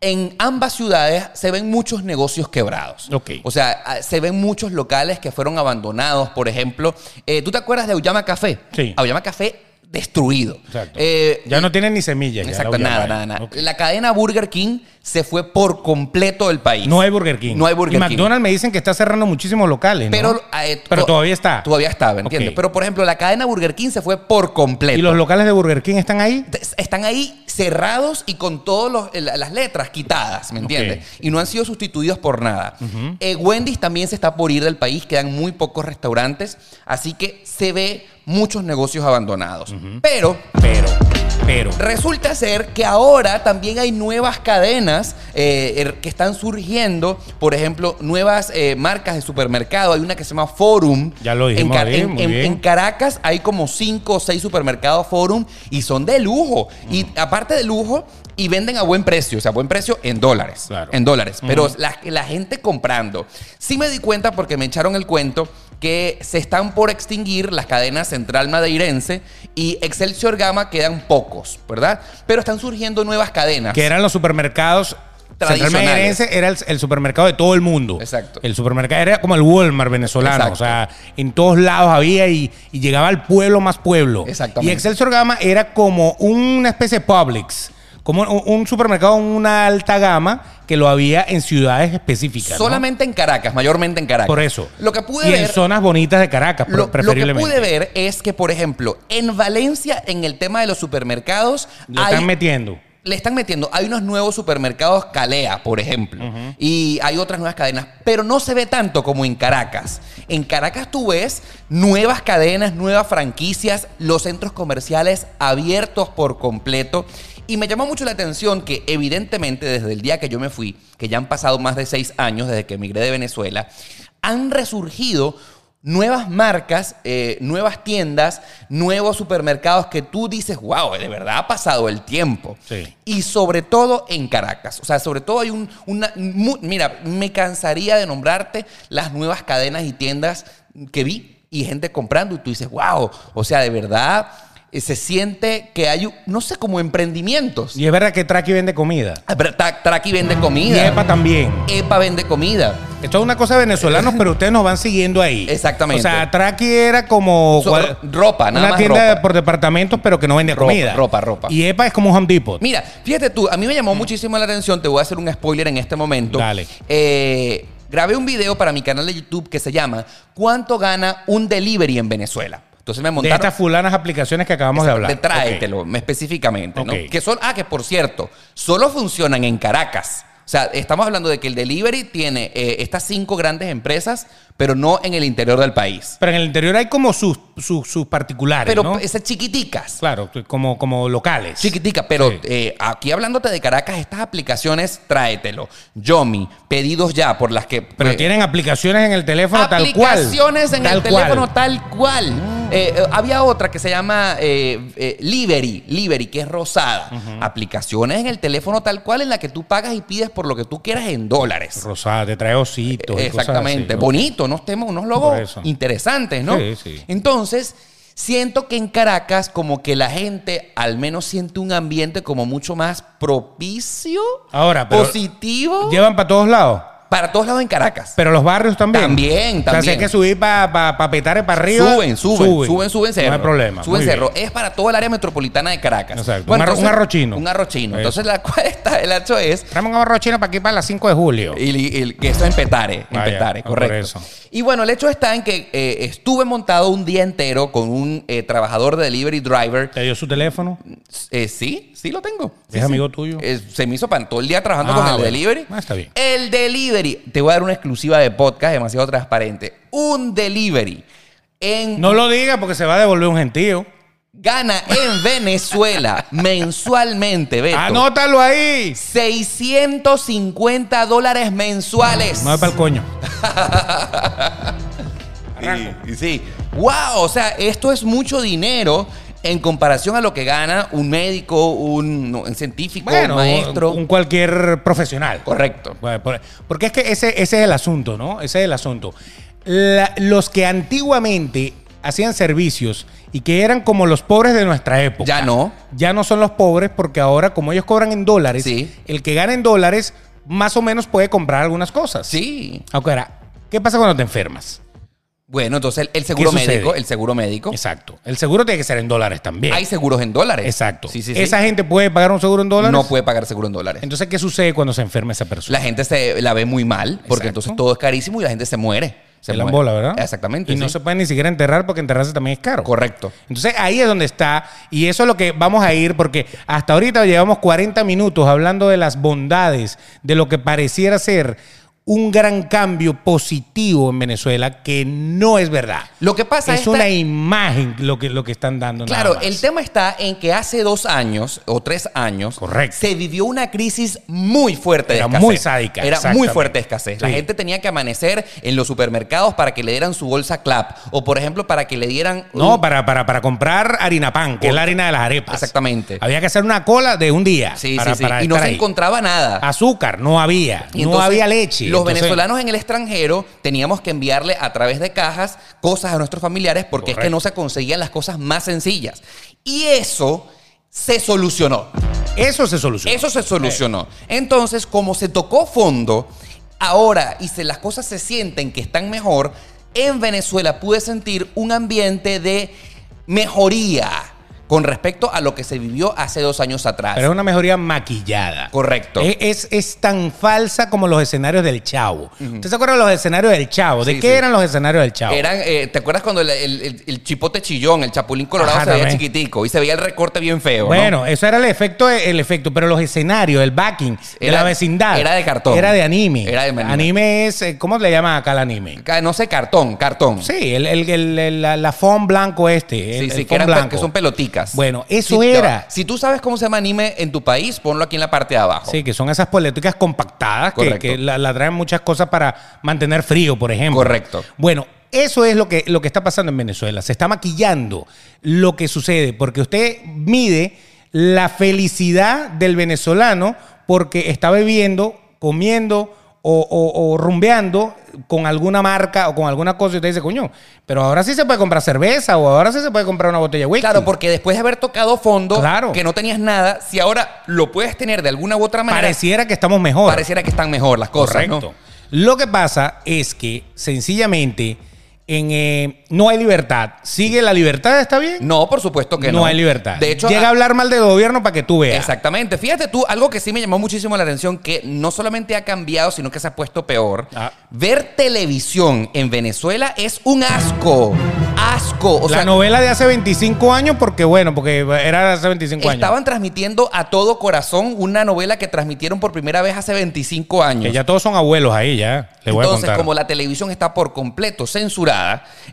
Speaker 2: en ambas ciudades se ven muchos negocios quebrados.
Speaker 1: Ok.
Speaker 2: O sea, ah, se ven muchos locales que fueron abandonados. Por ejemplo, eh, ¿tú te acuerdas de Auyama Café?
Speaker 1: Sí.
Speaker 2: Auyama Café destruido.
Speaker 1: Exacto.
Speaker 2: Eh,
Speaker 1: ya no tienen ni semillas. ya
Speaker 2: Exacto,
Speaker 1: la
Speaker 2: nada,
Speaker 1: Uyamai.
Speaker 2: nada, nada.
Speaker 1: Ok.
Speaker 2: La cadena Burger King se fue por completo del país.
Speaker 1: No hay Burger King.
Speaker 2: No hay Burger
Speaker 1: y
Speaker 2: King.
Speaker 1: McDonald's me dicen que está cerrando muchísimos locales. ¿no?
Speaker 2: Pero, eh,
Speaker 1: Pero
Speaker 2: to-
Speaker 1: todavía está.
Speaker 2: Todavía está, ¿me entiendes?
Speaker 1: Ok.
Speaker 2: Pero, por ejemplo, la cadena Burger King se fue por completo.
Speaker 1: ¿Y los locales de Burger King están ahí?
Speaker 2: Te- están ahí cerrados y con todas las letras quitadas, ¿me entiendes? Y no han sido sustituidos por nada. Eh, Wendy's también se está por ir del país, quedan muy pocos restaurantes, así que se ve muchos negocios abandonados. Pero
Speaker 1: Pero, pero.
Speaker 2: resulta ser que ahora también hay nuevas cadenas eh, er- que están surgiendo, por ejemplo, nuevas eh, marcas de supermercado, hay una que se llama Forum.
Speaker 1: Ya lo
Speaker 2: En,
Speaker 1: dijimos
Speaker 2: Car-
Speaker 1: ahí,
Speaker 2: en-
Speaker 1: muy
Speaker 2: en-
Speaker 1: bien.
Speaker 2: en Caracas hay como cinco o seis supermercados Forum y son de lujo. Y aparte de lujo, y venden a buen precio, o sea, buen precio en dólares.
Speaker 1: Claro.
Speaker 2: En dólares. Pero la, la gente comprando. Sí me di cuenta porque me echaron el cuento que se están por extinguir las cadenas Central Madeirense y Excelsior Gama quedan pocos, ¿verdad? Pero están surgiendo nuevas cadenas.
Speaker 1: Que eran los supermercados. Central
Speaker 2: Tradicionales.
Speaker 1: Mayerense era el, el supermercado de todo el mundo.
Speaker 2: Exacto.
Speaker 1: El supermercado era como el Walmart venezolano.
Speaker 2: Exacto.
Speaker 1: O sea, en todos lados había y, y llegaba al pueblo más pueblo.
Speaker 2: Exactamente.
Speaker 1: Y Excelsior Gama era como una especie de Publix. Como un, un supermercado en una alta gama que lo había en ciudades específicas. ¿no?
Speaker 2: Solamente en Caracas, mayormente en Caracas.
Speaker 1: Por eso.
Speaker 2: Lo que pude
Speaker 1: y
Speaker 2: ver.
Speaker 1: en zonas bonitas de Caracas, pre-
Speaker 2: Lo, lo que
Speaker 1: preferiblemente.
Speaker 2: pude ver es que, por ejemplo, en Valencia, en el tema de los supermercados,
Speaker 1: Lo están
Speaker 2: hay-
Speaker 1: metiendo.
Speaker 2: le están metiendo. Hay unos nuevos supermercados Calea, por ejemplo, y hay otras nuevas cadenas, pero no se ve tanto como en Caracas. En Caracas tú ves nuevas cadenas, nuevas franquicias, los centros comerciales abiertos por completo. Y me llamó mucho la atención que evidentemente desde el día que yo me fui, que ya han pasado más de seis años desde que emigré de Venezuela, han resurgido nuevas marcas, eh, nuevas tiendas, nuevos supermercados que tú dices, wow, de verdad ha pasado el tiempo.
Speaker 1: Sí.
Speaker 2: Y sobre todo en Caracas. O sea, sobre todo hay un, una... mu- mira, me cansaría de nombrarte las nuevas cadenas y tiendas que vi y gente comprando y tú dices, wow, o sea, de verdad eh, se siente que hay, un- no sé, como emprendimientos.
Speaker 1: Y es verdad que Traki vende comida.
Speaker 2: Ah, pero Tra- Traki vende
Speaker 1: Y
Speaker 2: comida.
Speaker 1: Epa también.
Speaker 2: Epa vende comida.
Speaker 1: Esto es una cosa de venezolanos, pero ustedes nos van siguiendo ahí.
Speaker 2: Exactamente.
Speaker 1: O sea, Traki era como
Speaker 2: So-
Speaker 1: cual-
Speaker 2: ropa, nada
Speaker 1: una
Speaker 2: más
Speaker 1: tienda
Speaker 2: ropa.
Speaker 1: por departamentos, pero que no vende
Speaker 2: Ropa,
Speaker 1: comida.
Speaker 2: ropa, ropa.
Speaker 1: Y EPA es como un Home Depot.
Speaker 2: Mira, fíjate tú, a mí me llamó muchísimo la atención, te voy a hacer un spoiler en este momento.
Speaker 1: Mm. Dale.
Speaker 2: Eh, grabé un video para mi canal de YouTube que se llama ¿Cuánto gana un delivery en Venezuela? Entonces me
Speaker 1: de
Speaker 2: montaron...
Speaker 1: estas fulanas aplicaciones que acabamos de hablar.
Speaker 2: De tráetelo me- específicamente, ¿no?
Speaker 1: Ok.
Speaker 2: Que son, ah, que por cierto, solo funcionan en Caracas. O sea, estamos hablando de que el delivery tiene eh, estas cinco grandes empresas, pero no en el interior del país.
Speaker 1: Ok. Pero en el interior hay como sus, sus, sus particulares,
Speaker 2: Pero
Speaker 1: ¿no?
Speaker 2: esas chiquiticas.
Speaker 1: Claro, como, como locales.
Speaker 2: Chiquitica, pero
Speaker 1: Sí.
Speaker 2: eh, aquí hablándote de Caracas, estas aplicaciones, tráetelo. Yomi, pedidos ya, por las que.
Speaker 1: Pero
Speaker 2: eh,
Speaker 1: tienen aplicaciones en el teléfono tal cual.
Speaker 2: aplicaciones en
Speaker 1: Tal
Speaker 2: el
Speaker 1: cual. Ah.
Speaker 2: teléfono tal cual. Eh, eh, había otra que se llama eh, eh, Liberty, Liberty, que es rosada. Aplicaciones en el teléfono tal cual en la que tú pagas y pides por lo que tú quieras en dólares.
Speaker 1: Rosada, te trae ositos. y cosas así,
Speaker 2: Exactamente.
Speaker 1: ¿no?
Speaker 2: Bonito, unos temas, unos
Speaker 1: Por
Speaker 2: logos
Speaker 1: eso.
Speaker 2: interesantes, ¿no?
Speaker 1: Sí, sí.
Speaker 2: Entonces, siento que en Caracas, como que la gente al menos siente un ambiente como mucho más propicio,
Speaker 1: Ahora, pero-
Speaker 2: positivo,
Speaker 1: Llevan para todos lados.
Speaker 2: para todos lados en Caracas.
Speaker 1: Pero los barrios también.
Speaker 2: También,
Speaker 1: O sea, si hay
Speaker 2: también.
Speaker 1: que subir para pa, pa Petare para arriba.
Speaker 2: Suben, suben, suben, suben, cerro.
Speaker 1: No hay problema.
Speaker 2: Suben
Speaker 1: Muy bien.
Speaker 2: cerro. Es para toda el área metropolitana de Caracas.
Speaker 1: Exacto. Un arro- un arrochino.
Speaker 2: Un arrochino.
Speaker 1: Eso.
Speaker 2: Entonces, la cuesta, el hecho es.
Speaker 1: Traeme un ahorro chino para aquí para las 5 de julio.
Speaker 2: y- y- que esto es en Petare, en
Speaker 1: Vaya,
Speaker 2: Petare,
Speaker 1: por
Speaker 2: correcto.
Speaker 1: eso.
Speaker 2: Y bueno, el hecho está en que eh, estuve montado un día entero con un eh, trabajador de delivery driver.
Speaker 1: ¿Te dio su teléfono?
Speaker 2: Eh, sí, sí lo tengo. Sí,
Speaker 1: ¿Es
Speaker 2: sí.
Speaker 1: amigo tuyo?
Speaker 2: Eh, se me hizo pan todo el día trabajando
Speaker 1: Ah,
Speaker 2: con el
Speaker 1: bueno.
Speaker 2: delivery.
Speaker 1: Ah, está bien.
Speaker 2: El delivery. Te voy a dar una exclusiva de podcast demasiado transparente. Un delivery. En
Speaker 1: No lo diga porque se va a devolver un gentío.
Speaker 2: gana en Venezuela mensualmente, Beto.
Speaker 1: Ah, ¡Anótalo ahí!
Speaker 2: 650 dólares mensuales.
Speaker 1: No es para el coño.
Speaker 2: Y- y sí. Wow, o sea, esto es mucho dinero en comparación a lo que gana un médico, un, no, un científico,
Speaker 1: Bueno,
Speaker 2: un maestro.
Speaker 1: un cualquier profesional.
Speaker 2: Correcto.
Speaker 1: Bueno, por- Porque es que ese, ese es el asunto, ¿no? Ese es el asunto. La- los que antiguamente hacían servicios y que eran como los pobres de nuestra época.
Speaker 2: Ya no.
Speaker 1: Ya no son los pobres porque ahora como ellos cobran en dólares,
Speaker 2: Sí.
Speaker 1: el que gana en dólares más o menos puede comprar algunas cosas.
Speaker 2: Sí.
Speaker 1: Aunque ahora, ¿qué pasa cuando te enfermas?
Speaker 2: Bueno, entonces el, el seguro
Speaker 1: ¿Qué sucede?
Speaker 2: médico, el seguro médico.
Speaker 1: Exacto. El seguro tiene que ser en dólares también.
Speaker 2: Hay seguros en dólares.
Speaker 1: Exacto.
Speaker 2: Sí, sí, sí.
Speaker 1: ¿Esa gente puede pagar un seguro en dólares?
Speaker 2: no puede pagar seguro en dólares.
Speaker 1: Entonces, ¿qué sucede cuando se enferma esa persona?
Speaker 2: La gente se la ve muy mal porque
Speaker 1: Exacto.
Speaker 2: entonces todo es carísimo y la gente se muere. Se
Speaker 1: Se la
Speaker 2: muere.
Speaker 1: embola, ¿verdad?
Speaker 2: Exactamente.
Speaker 1: Y no
Speaker 2: sí.
Speaker 1: se puede ni siquiera enterrar porque enterrarse también es caro.
Speaker 2: Correcto.
Speaker 1: Entonces ahí es donde está y eso es lo que vamos a ir porque hasta ahorita llevamos 40 minutos hablando de las bondades de lo que pareciera ser un gran cambio positivo en Venezuela que no es verdad.
Speaker 2: Lo que pasa
Speaker 1: es
Speaker 2: esta-
Speaker 1: una imagen lo que, lo que están dando. nada
Speaker 2: Claro,
Speaker 1: más.
Speaker 2: el tema está en que hace dos años o tres años
Speaker 1: Correcto.
Speaker 2: se vivió una crisis muy fuerte de
Speaker 1: Era
Speaker 2: escasez.
Speaker 1: muy sádica,
Speaker 2: Era muy
Speaker 1: exactamente.
Speaker 2: fuerte de escasez. La
Speaker 1: Sí.
Speaker 2: gente tenía que amanecer en los supermercados para que le dieran su bolsa clap o, por ejemplo, para que le dieran.
Speaker 1: No, para, para, para comprar harina pan, que es la harina de las arepas.
Speaker 2: Exactamente.
Speaker 1: Había que hacer una cola de un día.
Speaker 2: Sí, sí,
Speaker 1: para-
Speaker 2: sí.
Speaker 1: para
Speaker 2: y no
Speaker 1: estar
Speaker 2: se
Speaker 1: ahí.
Speaker 2: encontraba nada.
Speaker 1: Azúcar, no había.
Speaker 2: Y
Speaker 1: no
Speaker 2: entonces,
Speaker 1: había leche.
Speaker 2: Los
Speaker 1: Entonces,
Speaker 2: venezolanos en el extranjero teníamos que enviarle a través de cajas cosas a nuestros familiares porque es que
Speaker 1: Correcto.
Speaker 2: no se conseguían las cosas más sencillas. Y eso se solucionó.
Speaker 1: Eso se solucionó.
Speaker 2: Eso se solucionó. Entonces, como se tocó fondo, ahora y se, las cosas se sienten que están mejor, en Venezuela pude sentir un ambiente de mejoría. con respecto a lo que se vivió hace dos años atrás.
Speaker 1: Pero eh, es una mejoría maquillada.
Speaker 2: Correcto.
Speaker 1: Es, es- es tan falsa como los escenarios del Chavo. ¿Usted se acuerda de los escenarios del Chavo? ¿De
Speaker 2: Sí,
Speaker 1: qué
Speaker 2: sí.
Speaker 1: eran los escenarios del Chavo?
Speaker 2: Eran, eh, ¿te acuerdas cuando el, el- el- el chipote chillón, el chapulín colorado
Speaker 1: Ajá,
Speaker 2: se veía
Speaker 1: también.
Speaker 2: chiquitico y se veía el recorte bien feo? ¿no?
Speaker 1: Bueno, eso era el efecto, el efecto, pero los escenarios, el backing de
Speaker 2: Era-
Speaker 1: la vecindad.
Speaker 2: era de cartón.
Speaker 1: Era de anime.
Speaker 2: Era de anime.
Speaker 1: es, eh, ¿cómo le llaman acá al anime?
Speaker 2: Ca- No sé, cartón, cartón.
Speaker 1: Sí, el, el, el- el- la, la font blanco este.
Speaker 2: Sí,
Speaker 1: El,
Speaker 2: sí,
Speaker 1: el
Speaker 2: que,
Speaker 1: font
Speaker 2: eran pe-
Speaker 1: blanco.
Speaker 2: que son peloticas.
Speaker 1: Bueno, eso
Speaker 2: Sí, te va.
Speaker 1: era.
Speaker 2: Si tú sabes cómo se llama anime en tu país, ponlo aquí en la parte de abajo.
Speaker 1: Sí, que son esas políticas compactadas que,
Speaker 2: Correcto.
Speaker 1: que la, la traen muchas cosas para mantener frío, por ejemplo.
Speaker 2: Correcto.
Speaker 1: Bueno, eso es lo que, lo que está pasando en Venezuela. Se está maquillando lo que sucede, porque usted mide la felicidad del venezolano porque está bebiendo, comiendo o, o- o rumbeando con alguna marca o con alguna cosa y usted dice, coño, pero ahora sí se puede comprar cerveza o ahora sí se puede comprar una botella de whisky.
Speaker 2: Claro, porque después de haber tocado fondo,
Speaker 1: Claro.
Speaker 2: que no tenías nada, si ahora lo puedes tener de alguna u otra manera,
Speaker 1: pareciera que estamos mejor.
Speaker 2: pareciera que están mejor las cosas,
Speaker 1: Correcto.
Speaker 2: ¿no?
Speaker 1: Lo que pasa es que sencillamente en, eh, no hay libertad. ¿Sigue la libertad? ¿Está bien?
Speaker 2: No, por supuesto que no.
Speaker 1: hay libertad.
Speaker 2: De hecho, ah,
Speaker 1: Llega a hablar mal del gobierno para que tú veas.
Speaker 2: Exactamente. Fíjate tú, algo que sí me llamó muchísimo la atención, que no solamente ha cambiado, sino que se ha puesto peor.
Speaker 1: Ah.
Speaker 2: Ver televisión en Venezuela es un asco. Asco. O
Speaker 1: la
Speaker 2: sea,
Speaker 1: novela de hace 25 años, porque bueno, porque era de hace 25 años.
Speaker 2: estaban transmitiendo a todo corazón una novela que transmitieron por primera vez hace 25 años.
Speaker 1: Que ya todos son abuelos ahí, ya. Les voy
Speaker 2: Entonces,
Speaker 1: a contar.
Speaker 2: como la televisión está por completo censurada,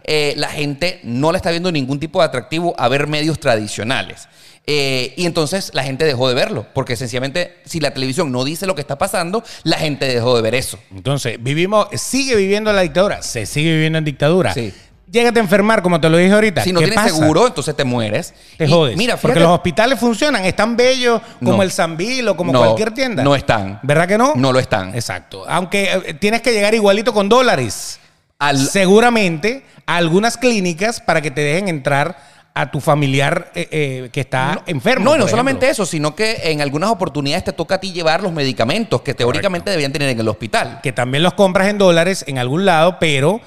Speaker 2: eh, la gente no le está viendo ningún tipo de atractivo a ver medios tradicionales. Eh, y entonces la gente dejó de verlo, porque sencillamente si la televisión no dice lo que está pasando, la gente dejó de ver eso.
Speaker 1: Entonces, vivimos, sigue viviendo la dictadura, se sigue viviendo en dictadura.
Speaker 2: Sí.
Speaker 1: Llégate a enfermar, como te lo dije ahorita.
Speaker 2: Si no
Speaker 1: ¿Qué
Speaker 2: tienes
Speaker 1: pasa?
Speaker 2: seguro, entonces te mueres.
Speaker 1: Te
Speaker 2: Y
Speaker 1: jodes.
Speaker 2: Mira,
Speaker 1: porque
Speaker 2: fíjate,
Speaker 1: los hospitales funcionan, están bellos como
Speaker 2: No.
Speaker 1: el Zambil o como
Speaker 2: No,
Speaker 1: cualquier tienda.
Speaker 2: no están.
Speaker 1: ¿Verdad que no?
Speaker 2: No lo están.
Speaker 1: Exacto. Aunque eh, tienes que llegar igualito con dólares.
Speaker 2: al-
Speaker 1: Seguramente a algunas clínicas para que te dejen entrar a tu familiar eh, eh, que está enfermo. por
Speaker 2: no, y no
Speaker 1: ejemplo.
Speaker 2: solamente eso, sino que en algunas oportunidades te toca a ti llevar los medicamentos que teóricamente debían tener en el hospital.
Speaker 1: Que también los compras en dólares en algún lado, pero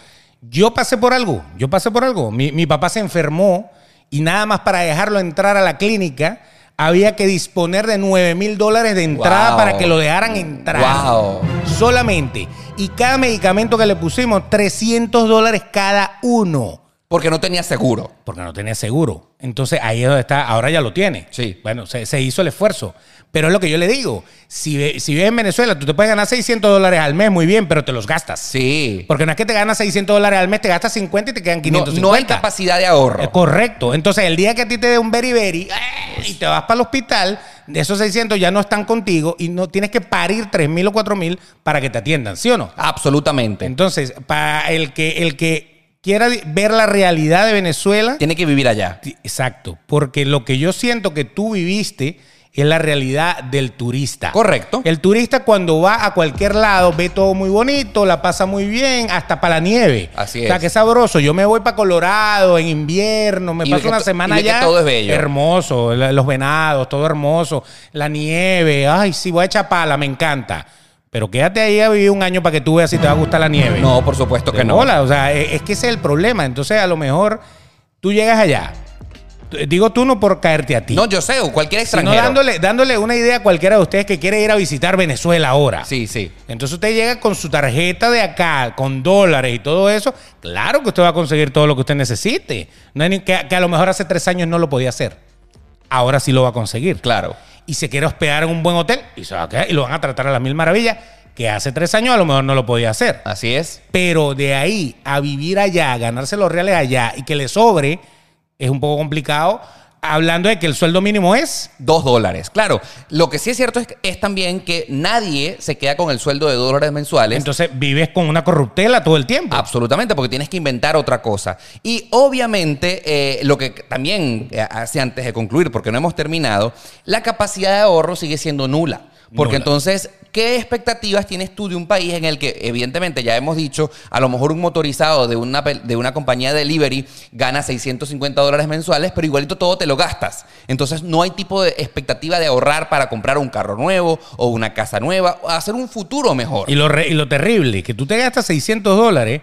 Speaker 1: yo pasé por algo. Yo pasé por algo. Mi, mi papá se enfermó y nada más para dejarlo entrar a la clínica había que disponer de 9 mil dólares de entrada
Speaker 2: Wow.
Speaker 1: para que lo dejaran entrar.
Speaker 2: Wow.
Speaker 1: Solamente. Y cada medicamento que le pusimos, 300 dólares cada uno.
Speaker 2: Porque no tenía seguro.
Speaker 1: Porque no tenía seguro. Entonces ahí es donde está. Ahora ya lo tiene.
Speaker 2: Sí.
Speaker 1: Bueno, se, se hizo el esfuerzo. Pero es lo que yo le digo. Si, ve- si vives en Venezuela, tú te puedes ganar 600 dólares al mes, muy bien, pero te los gastas.
Speaker 2: Sí.
Speaker 1: Porque no es que te ganas 600 dólares al mes, te gastas 50 y te quedan
Speaker 2: No,
Speaker 1: 550.
Speaker 2: no hay capacidad de ahorro.
Speaker 1: Eh, Correcto. Entonces, el día que a ti te dé un beriberi ¡ay! y te vas para el hospital, de esos 600 ya no están contigo y no tienes que parir 3.000 o 4.000 para que te atiendan, ¿sí o no?
Speaker 2: Absolutamente.
Speaker 1: Entonces, para el que, el que quiera di- ver la realidad de Venezuela,
Speaker 2: Tiene que vivir allá.
Speaker 1: ti- exacto, porque lo que yo siento que tú viviste es la realidad del turista.
Speaker 2: Correcto.
Speaker 1: El turista cuando va a cualquier lado ve todo muy bonito, la pasa muy bien, hasta para la nieve.
Speaker 2: Así
Speaker 1: O sea,
Speaker 2: es.
Speaker 1: que sabroso. Yo me voy para Colorado en invierno, me
Speaker 2: Y ve
Speaker 1: paso
Speaker 2: que
Speaker 1: una
Speaker 2: to-
Speaker 1: semana
Speaker 2: y ve que
Speaker 1: allá.
Speaker 2: todo es bello.
Speaker 1: Hermoso, la- los venados, todo hermoso, la nieve. Ay, sí, voy a Chapala, me encanta. Pero quédate ahí a vivir un año para que tú veas si te va a gustar la nieve.
Speaker 2: No, por supuesto que
Speaker 1: De
Speaker 2: no.
Speaker 1: bola, o sea, e- es que ese es el problema. Entonces, a lo mejor tú llegas allá. T- Digo tú no por caerte a ti.
Speaker 2: No, yo sé, o cualquier
Speaker 1: sino
Speaker 2: extranjero.
Speaker 1: dándole, dándole una idea a cualquiera de ustedes que quiere ir a visitar Venezuela ahora.
Speaker 2: Sí, sí.
Speaker 1: Entonces usted llega con su tarjeta de acá, con dólares y todo eso. Claro que usted va a conseguir todo lo que usted necesite. No hay ni- que, que a lo mejor hace tres años no lo podía hacer. Ahora sí lo va a conseguir.
Speaker 2: Claro.
Speaker 1: Y se quiere hospedar en un buen hotel y se va a quedar y lo van a tratar a las mil maravillas que hace tres años a lo mejor no lo podía hacer.
Speaker 2: Así es.
Speaker 1: Pero de ahí a vivir allá, a ganarse los reales allá y que le sobre, es un poco complicado. Hablando de que el sueldo mínimo es.
Speaker 2: Dos dólares. Claro. Lo que sí es cierto es, es también que nadie se queda con el sueldo de dos dólares mensuales.
Speaker 1: Entonces vives con una corruptela todo el tiempo.
Speaker 2: Absolutamente, porque tienes que inventar otra cosa. Y obviamente, eh, lo que también eh, hace antes de concluir, porque no hemos terminado, la capacidad de ahorro sigue siendo nula. Porque
Speaker 1: Nula.
Speaker 2: entonces, ¿qué expectativas tienes tú de un país en el que, evidentemente, ya hemos dicho, a lo mejor un motorizado de una, pel- de una compañía de delivery gana 650 dólares mensuales, pero igualito todo te lo gastas? Entonces, no hay tipo de expectativa de ahorrar para comprar un carro nuevo o una casa nueva, o hacer un futuro mejor.
Speaker 1: Y lo, re- y lo terrible, que tú te gastas 600 dólares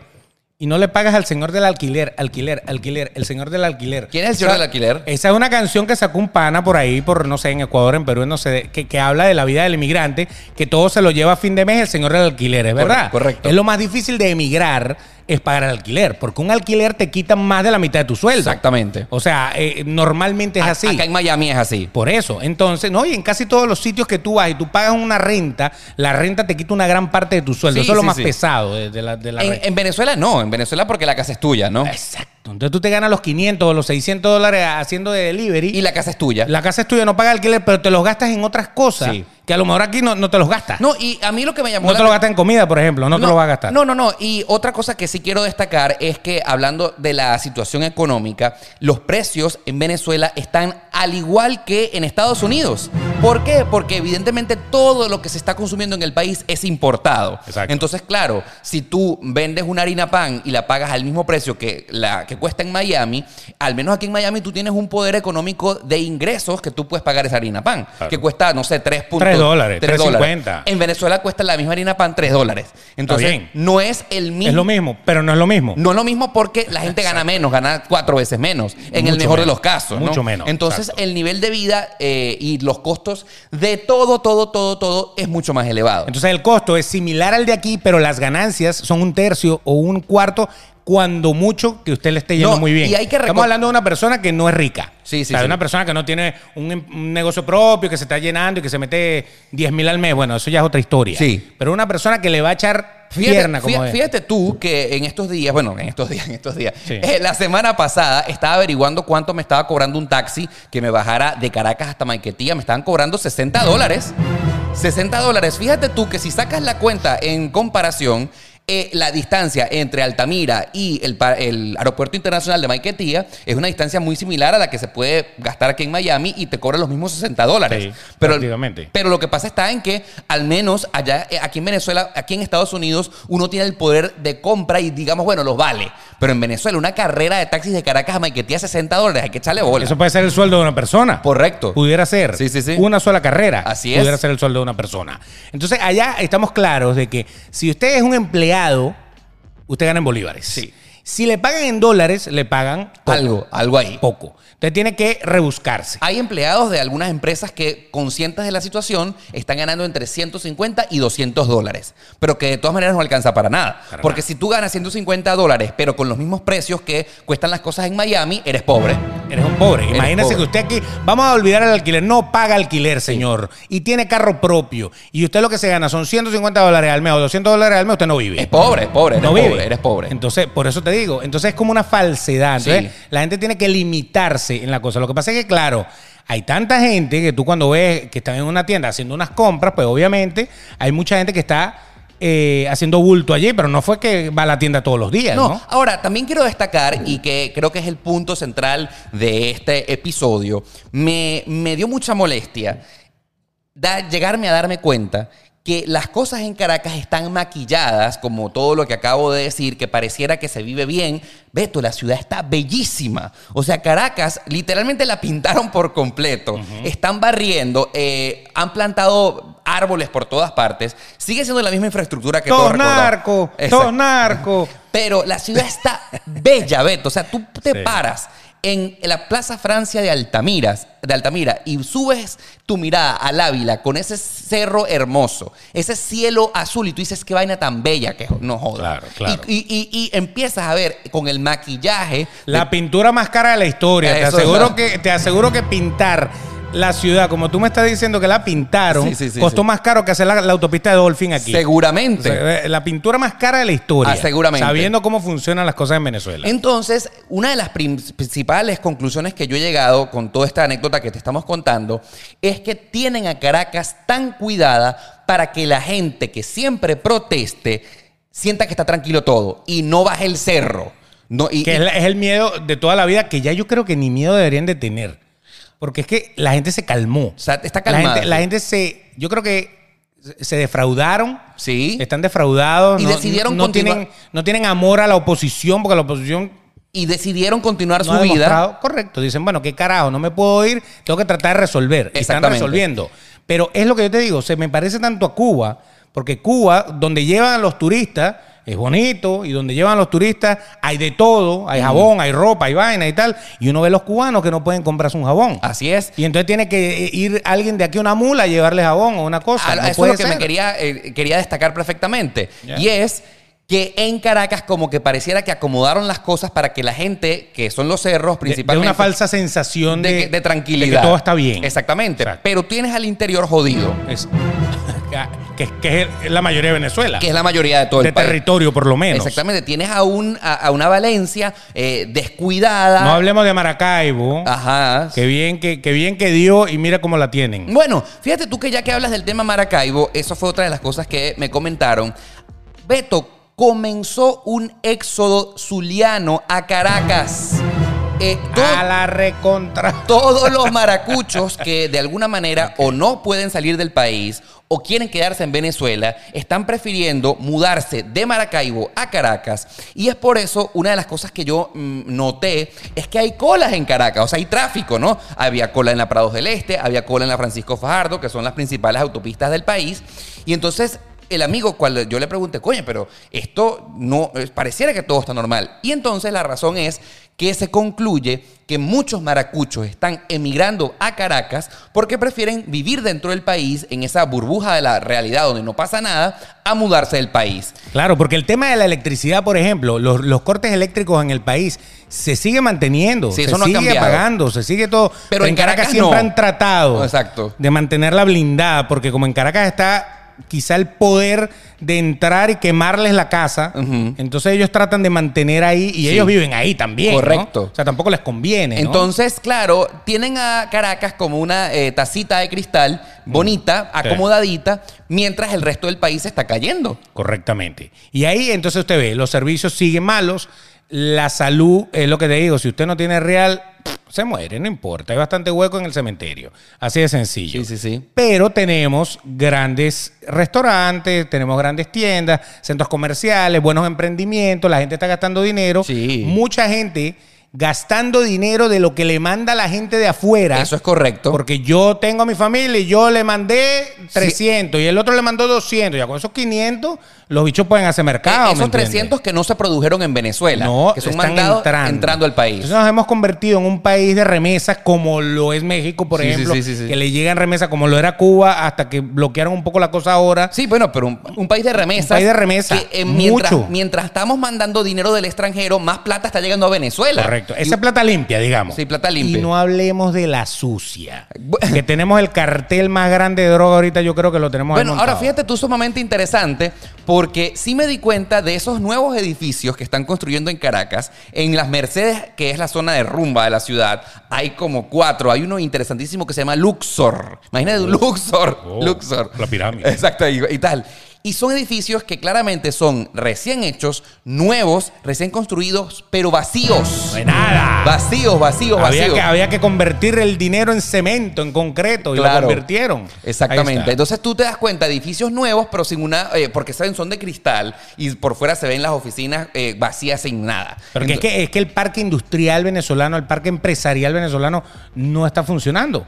Speaker 1: Y no le pagas al señor del alquiler, alquiler, alquiler, el señor del alquiler.
Speaker 2: ¿Quién es el señor
Speaker 1: Esa-
Speaker 2: del alquiler?
Speaker 1: Esa es una canción que sacó un pana por ahí, por no sé, en Ecuador, en Perú, no sé, que, que habla de la vida del inmigrante, que todo se lo lleva a fin de mes el señor del alquiler, ¿es
Speaker 2: Corre-
Speaker 1: verdad?
Speaker 2: correcto.
Speaker 1: Es lo más difícil de emigrar, es pagar el alquiler, porque un alquiler te quita más de la mitad de tu sueldo.
Speaker 2: Exactamente.
Speaker 1: O sea, eh, normalmente es
Speaker 2: A-
Speaker 1: así.
Speaker 2: Acá en Miami es así.
Speaker 1: Por eso, entonces, no, y en casi todos los sitios que tú vas y tú pagas una renta, la renta te quita una gran parte de tu sueldo.
Speaker 2: Sí,
Speaker 1: eso es lo
Speaker 2: sí,
Speaker 1: más
Speaker 2: sí.
Speaker 1: pesado de, de la, de la
Speaker 2: En, eh,
Speaker 1: renta.
Speaker 2: en Venezuela no, en Venezuela porque la casa es tuya, ¿no?
Speaker 1: Exacto. Entonces tú te ganas los 500 o los 600 dólares haciendo de delivery.
Speaker 2: Y la casa es tuya.
Speaker 1: La casa es tuya, no paga alquiler, pero te los gastas en otras cosas
Speaker 2: Sí.
Speaker 1: que a lo mejor aquí no, no te los gastas. No,
Speaker 2: No, y a mí lo que me llamó la
Speaker 1: te lo gastas en comida, por ejemplo, no, te lo vas a gastar.
Speaker 2: No, no, no. Y otra cosa que sí quiero destacar es que hablando de la situación económica, los precios en Venezuela están al igual que en Estados Unidos. ¿Por qué? Porque evidentemente todo lo que se está consumiendo en el país es importado.
Speaker 1: Exacto.
Speaker 2: Entonces, claro, si tú vendes una harina pan y la pagas al mismo precio que la que cuesta en Miami, al menos aquí en Miami tú tienes un poder económico de ingresos que tú puedes pagar esa harina pan,
Speaker 1: Claro.
Speaker 2: que cuesta, no sé, 3
Speaker 1: Tres dólares,
Speaker 2: tres
Speaker 1: tres
Speaker 2: dólares.
Speaker 1: cincuenta.
Speaker 2: En Venezuela cuesta la misma harina pan 3 dólares. Entonces,
Speaker 1: bien.
Speaker 2: no es el mismo.
Speaker 1: Es lo mismo, pero no es lo mismo.
Speaker 2: No es lo mismo porque la gente gana menos, gana cuatro veces menos, en el
Speaker 1: Mucho
Speaker 2: mejor de
Speaker 1: menos,
Speaker 2: los casos. ¿no?
Speaker 1: mucho menos,
Speaker 2: Entonces,
Speaker 1: exacto.
Speaker 2: el nivel de vida eh, y los costos de todo, todo, todo, todo es mucho más elevado.
Speaker 1: Entonces el costo es similar al de aquí, pero las ganancias son un tercio o un cuarto cuando mucho que usted le esté yendo
Speaker 2: No,
Speaker 1: muy bien.
Speaker 2: y hay que recon-
Speaker 1: Estamos hablando de una persona que no es rica.
Speaker 2: Sí, sí,
Speaker 1: O sea, de
Speaker 2: sí.
Speaker 1: una persona que no tiene un, em- un negocio propio, que se está llenando y que se mete 10 mil al mes. Bueno, eso ya es otra historia.
Speaker 2: Sí.
Speaker 1: Pero una persona que le va a echar
Speaker 2: Fíjate,
Speaker 1: pierna, como
Speaker 2: fíjate-
Speaker 1: es.
Speaker 2: fíjate tú que en estos días, bueno, en estos días, en estos días,
Speaker 1: Sí.
Speaker 2: eh, la semana pasada estaba averiguando cuánto me estaba cobrando un taxi que me bajara de Caracas hasta Maiquetía. Me estaban cobrando 60 dólares. 60 dólares. Fíjate tú que si sacas la cuenta en comparación, eh, la distancia entre Altamira y el, pa- el Aeropuerto Internacional de Maiquetía es una distancia muy similar a la que se puede gastar aquí en Miami y te cobran los mismos 60 dólares.
Speaker 1: Sí,
Speaker 2: pero,
Speaker 1: prácticamente.
Speaker 2: pero lo que pasa está en que, al menos allá, eh, aquí en Venezuela, aquí en Estados Unidos, uno tiene el poder de compra y digamos, bueno, los vale. Pero en Venezuela, una carrera de taxis de Caracas a Maiquetía 60 dólares, hay que echarle bola.
Speaker 1: Eso puede ser el sueldo de una persona.
Speaker 2: Correcto.
Speaker 1: Pudiera ser.
Speaker 2: Sí, sí, sí.
Speaker 1: Una sola carrera.
Speaker 2: Así
Speaker 1: Pudiera
Speaker 2: es.
Speaker 1: ser el sueldo de una persona. Entonces, allá estamos claros de que si usted es un empleado, usted gana en bolívares.
Speaker 2: Sí.
Speaker 1: Si le pagan en dólares, le pagan poco.
Speaker 2: Algo, algo ahí.
Speaker 1: Poco. Usted tiene que rebuscarse.
Speaker 2: Hay empleados de algunas empresas que, conscientes de la situación, están ganando entre 150 y 200 dólares, pero que de todas maneras no alcanza para nada.
Speaker 1: Para
Speaker 2: porque si tú ganas 150 dólares, pero con los mismos precios que cuestan las cosas en Miami, eres pobre.
Speaker 1: Eres un pobre.
Speaker 2: Eres
Speaker 1: Imagínese
Speaker 2: pobre.
Speaker 1: que usted aquí, vamos a olvidar el alquiler, no paga alquiler, señor. Y tiene carro propio. Y usted lo que se gana son 150 dólares al mes o 200 dólares al mes, usted no vive.
Speaker 2: Es pobre, es pobre, eres
Speaker 1: no
Speaker 2: pobre,
Speaker 1: vive.
Speaker 2: eres pobre.
Speaker 1: Entonces, por eso te digo, entonces es como una falsedad. Entonces,
Speaker 2: Sí.
Speaker 1: la gente tiene que limitarse en la cosa. Lo que pasa es que, claro, hay tanta gente que tú cuando ves que están en una tienda haciendo unas compras, pues obviamente hay mucha gente que está eh, haciendo bulto allí, pero no fue que va a la tienda todos los días, ¿no?
Speaker 2: No, Ah, ahora también quiero destacar y que creo que es el punto central de este episodio. Me, me dio mucha molestia da- llegarme a darme cuenta que las cosas en Caracas están maquilladas, como todo lo que acabo de decir, que pareciera que se vive bien. Beto, la ciudad está bellísima. O sea, Caracas literalmente la pintaron por completo. Están barriendo, eh, han plantado árboles por todas partes. Sigue siendo la misma infraestructura que todos
Speaker 1: Todos
Speaker 2: recordamos.
Speaker 1: narcos,
Speaker 2: Exacto.
Speaker 1: todos narcos.
Speaker 2: Pero la ciudad está bella, Beto. O sea, tú te
Speaker 1: Sí.
Speaker 2: paras en la Plaza Francia de Altamira, de Altamira y subes tu mirada al Ávila con ese cerro hermoso, ese cielo azul y tú dices qué vaina tan bella que no joda.
Speaker 1: Claro, claro.
Speaker 2: Y, y- y- y empiezas a ver con el maquillaje
Speaker 1: La pintura más cara de la historia. Te
Speaker 2: Eso,
Speaker 1: aseguro,
Speaker 2: ¿no?
Speaker 1: que, te aseguro que pintar la ciudad, como tú me estás diciendo que la pintaron,
Speaker 2: Sí, sí, sí,
Speaker 1: costó
Speaker 2: sí.
Speaker 1: más caro que hacer la, la autopista de Dolphin aquí. O
Speaker 2: seguramente.
Speaker 1: sea, La pintura más cara de la historia.
Speaker 2: Ah, seguramente.
Speaker 1: Sabiendo cómo funcionan las cosas en Venezuela.
Speaker 2: Entonces, una de las prim- principales conclusiones que yo he llegado con toda esta anécdota que te estamos contando es que tienen a Caracas tan cuidada para que la gente que siempre proteste sienta que está tranquilo todo y no baje el cerro. No, y-
Speaker 1: que es, la- es el miedo de toda la vida que ya yo creo que ni miedo deberían de tener. Porque es que la gente se calmó.
Speaker 2: o sea, está
Speaker 1: la,
Speaker 2: calmada.
Speaker 1: gente, la gente se... Yo creo que se- se defraudaron.
Speaker 2: sí.
Speaker 1: Están defraudados.
Speaker 2: Y
Speaker 1: no,
Speaker 2: decidieron
Speaker 1: no
Speaker 2: continuar-
Speaker 1: tienen, no tienen amor a la oposición porque la oposición
Speaker 2: Y decidieron continuar
Speaker 1: no
Speaker 2: su
Speaker 1: ha
Speaker 2: vida.
Speaker 1: demostrado- Correcto. Dicen, bueno, qué carajo, no me puedo ir, tengo que tratar de resolver. Y están
Speaker 2: Exactamente.
Speaker 1: resolviendo. Pero es lo que yo te digo, se me parece tanto a Cuba, porque Cuba, donde llevan a los turistas, es bonito y donde llevan los turistas hay de todo, hay jabón, hay ropa, hay vaina y tal. Y uno ve los cubanos que no pueden comprarse un jabón.
Speaker 2: Así es.
Speaker 1: Y entonces tiene que eh, ir alguien de aquí, una mula, a llevarle jabón o una cosa.
Speaker 2: Ah,
Speaker 1: No
Speaker 2: eso es
Speaker 1: puede
Speaker 2: lo que me
Speaker 1: ser.
Speaker 2: quería, eh, quería destacar perfectamente.
Speaker 1: Ya.
Speaker 2: Y es que en Caracas como que pareciera que acomodaron las cosas para que la gente, que son los cerros
Speaker 1: De- de,
Speaker 2: principalmente...
Speaker 1: una falsa sensación de,
Speaker 2: de, que- de tranquilidad.
Speaker 1: de que todo está bien.
Speaker 2: Exactamente.
Speaker 1: Exacto.
Speaker 2: Pero tienes al interior jodido,
Speaker 1: Es- que, que es la mayoría de Venezuela.
Speaker 2: que es la mayoría de todo
Speaker 1: de
Speaker 2: el país.
Speaker 1: territorio, por lo menos.
Speaker 2: Exactamente. Tienes a, un, a, a una Valencia eh, descuidada.
Speaker 1: No hablemos de Maracaibo.
Speaker 2: Ah. Ajá.
Speaker 1: Que bien que, que bien que dio y mira cómo la tienen.
Speaker 2: Bueno, fíjate tú que ya que hablas del tema Maracaibo, eso fue otra de las cosas que me comentaron. Beto, comenzó un éxodo zuliano a Caracas. Eh, todo-
Speaker 1: A la recontra.
Speaker 2: todos los maracuchos que de alguna manera o no pueden salir del país o quieren quedarse en Venezuela, están prefiriendo mudarse de Maracaibo a Caracas. Y es por eso una de las cosas que yo mm, noté es que hay colas en Caracas, o sea, hay tráfico, ¿no? Había cola en la Prados del Este, había cola en la Francisco Fajardo, que son las principales autopistas del país. Y entonces el amigo, cual yo le pregunté, coño, pero esto no, eh, pareciera que todo está normal. Y entonces la razón es que se concluye que muchos maracuchos están emigrando a Caracas porque prefieren vivir dentro del país, en esa burbuja de la realidad donde no pasa nada, a mudarse del país.
Speaker 1: Claro, porque el tema de la electricidad, por ejemplo, los, los cortes eléctricos en el país se sigue manteniendo, se
Speaker 2: Sí, eso no ha
Speaker 1: sigue
Speaker 2: cambiado.
Speaker 1: pagando, se sigue todo.
Speaker 2: Pero en Caracas
Speaker 1: siempre
Speaker 2: no.
Speaker 1: han tratado
Speaker 2: Exacto.
Speaker 1: de mantenerla blindada, porque como en Caracas está quizá el poder de entrar y quemarles la casa, entonces ellos tratan de mantener ahí y ellos viven ahí también. ¿no?
Speaker 2: Correcto.
Speaker 1: O sea, tampoco les conviene. ¿no?
Speaker 2: Entonces, claro, tienen a Caracas como una eh, tacita de cristal bonita,
Speaker 1: Sí.
Speaker 2: acomodadita, mientras el resto del país está cayendo.
Speaker 1: Correctamente. Y ahí entonces usted ve, los servicios siguen malos, la salud, es lo que te digo, si usted no tiene real, pff, se muere, no importa, hay bastante hueco en el cementerio, así de sencillo.
Speaker 2: Sí, sí, sí.
Speaker 1: Pero tenemos grandes restaurantes, tenemos grandes tiendas, centros comerciales, buenos emprendimientos, la gente está gastando dinero,
Speaker 2: Sí.
Speaker 1: mucha gente gastando dinero de lo que le manda la gente de afuera.
Speaker 2: Eso es correcto.
Speaker 1: Porque yo tengo a mi familia y yo le mandé 300 y el otro le mandó 200. Ya con esos 500, los bichos pueden hacer mercado. ¿me
Speaker 2: Eh, E-, Esos
Speaker 1: entiendes?
Speaker 2: 300 que no se produjeron en Venezuela,
Speaker 1: no,
Speaker 2: que son
Speaker 1: están
Speaker 2: mandados
Speaker 1: entrando.
Speaker 2: entrando. al país.
Speaker 1: Entonces nos hemos convertido en un país de remesas como lo es México, por
Speaker 2: Sí, sí,
Speaker 1: ejemplo,
Speaker 2: sí, sí, sí.
Speaker 1: que le llegan remesas como lo era Cuba hasta que bloquearon un poco la cosa ahora.
Speaker 2: Sí, bueno, pero un, un país de remesas.
Speaker 1: Un país de remesas,
Speaker 2: Que, eh, mientras,
Speaker 1: mucho.
Speaker 2: mientras estamos mandando dinero del extranjero, más plata está llegando a Venezuela.
Speaker 1: Correcto.
Speaker 2: Y-
Speaker 1: Esa plata limpia, digamos.
Speaker 2: Sí, plata limpia.
Speaker 1: Y no hablemos de la sucia.
Speaker 2: Bu-
Speaker 1: que tenemos el cartel más grande de droga ahorita, yo creo que lo tenemos ahí
Speaker 2: bueno, ahora
Speaker 1: montado.
Speaker 2: fíjate tú, sumamente interesante, porque sí me di cuenta de esos nuevos edificios que están construyendo en Caracas, en las Mercedes, que es la zona de rumba de la ciudad, hay como cuatro. Hay uno interesantísimo que se llama Luxor. Imagínate, Luxor.
Speaker 1: Oh,
Speaker 2: Luxor.
Speaker 1: la pirámide.
Speaker 2: Exacto, y, y tal. Y son edificios que claramente son recién hechos, nuevos, recién construidos, pero vacíos.
Speaker 1: No hay nada.
Speaker 2: Vacíos, vacíos,
Speaker 1: Había
Speaker 2: vacíos.
Speaker 1: que, había que convertir el dinero en cemento, en concreto, y
Speaker 2: Claro.
Speaker 1: lo convirtieron. Ahí
Speaker 2: Exactamente.
Speaker 1: está.
Speaker 2: Entonces tú te das cuenta, edificios nuevos, pero sin una. eh, porque saben, son de cristal y por fuera se ven las oficinas eh, vacías sin nada.
Speaker 1: Porque es que, es que el parque industrial venezolano, el parque empresarial venezolano no está funcionando.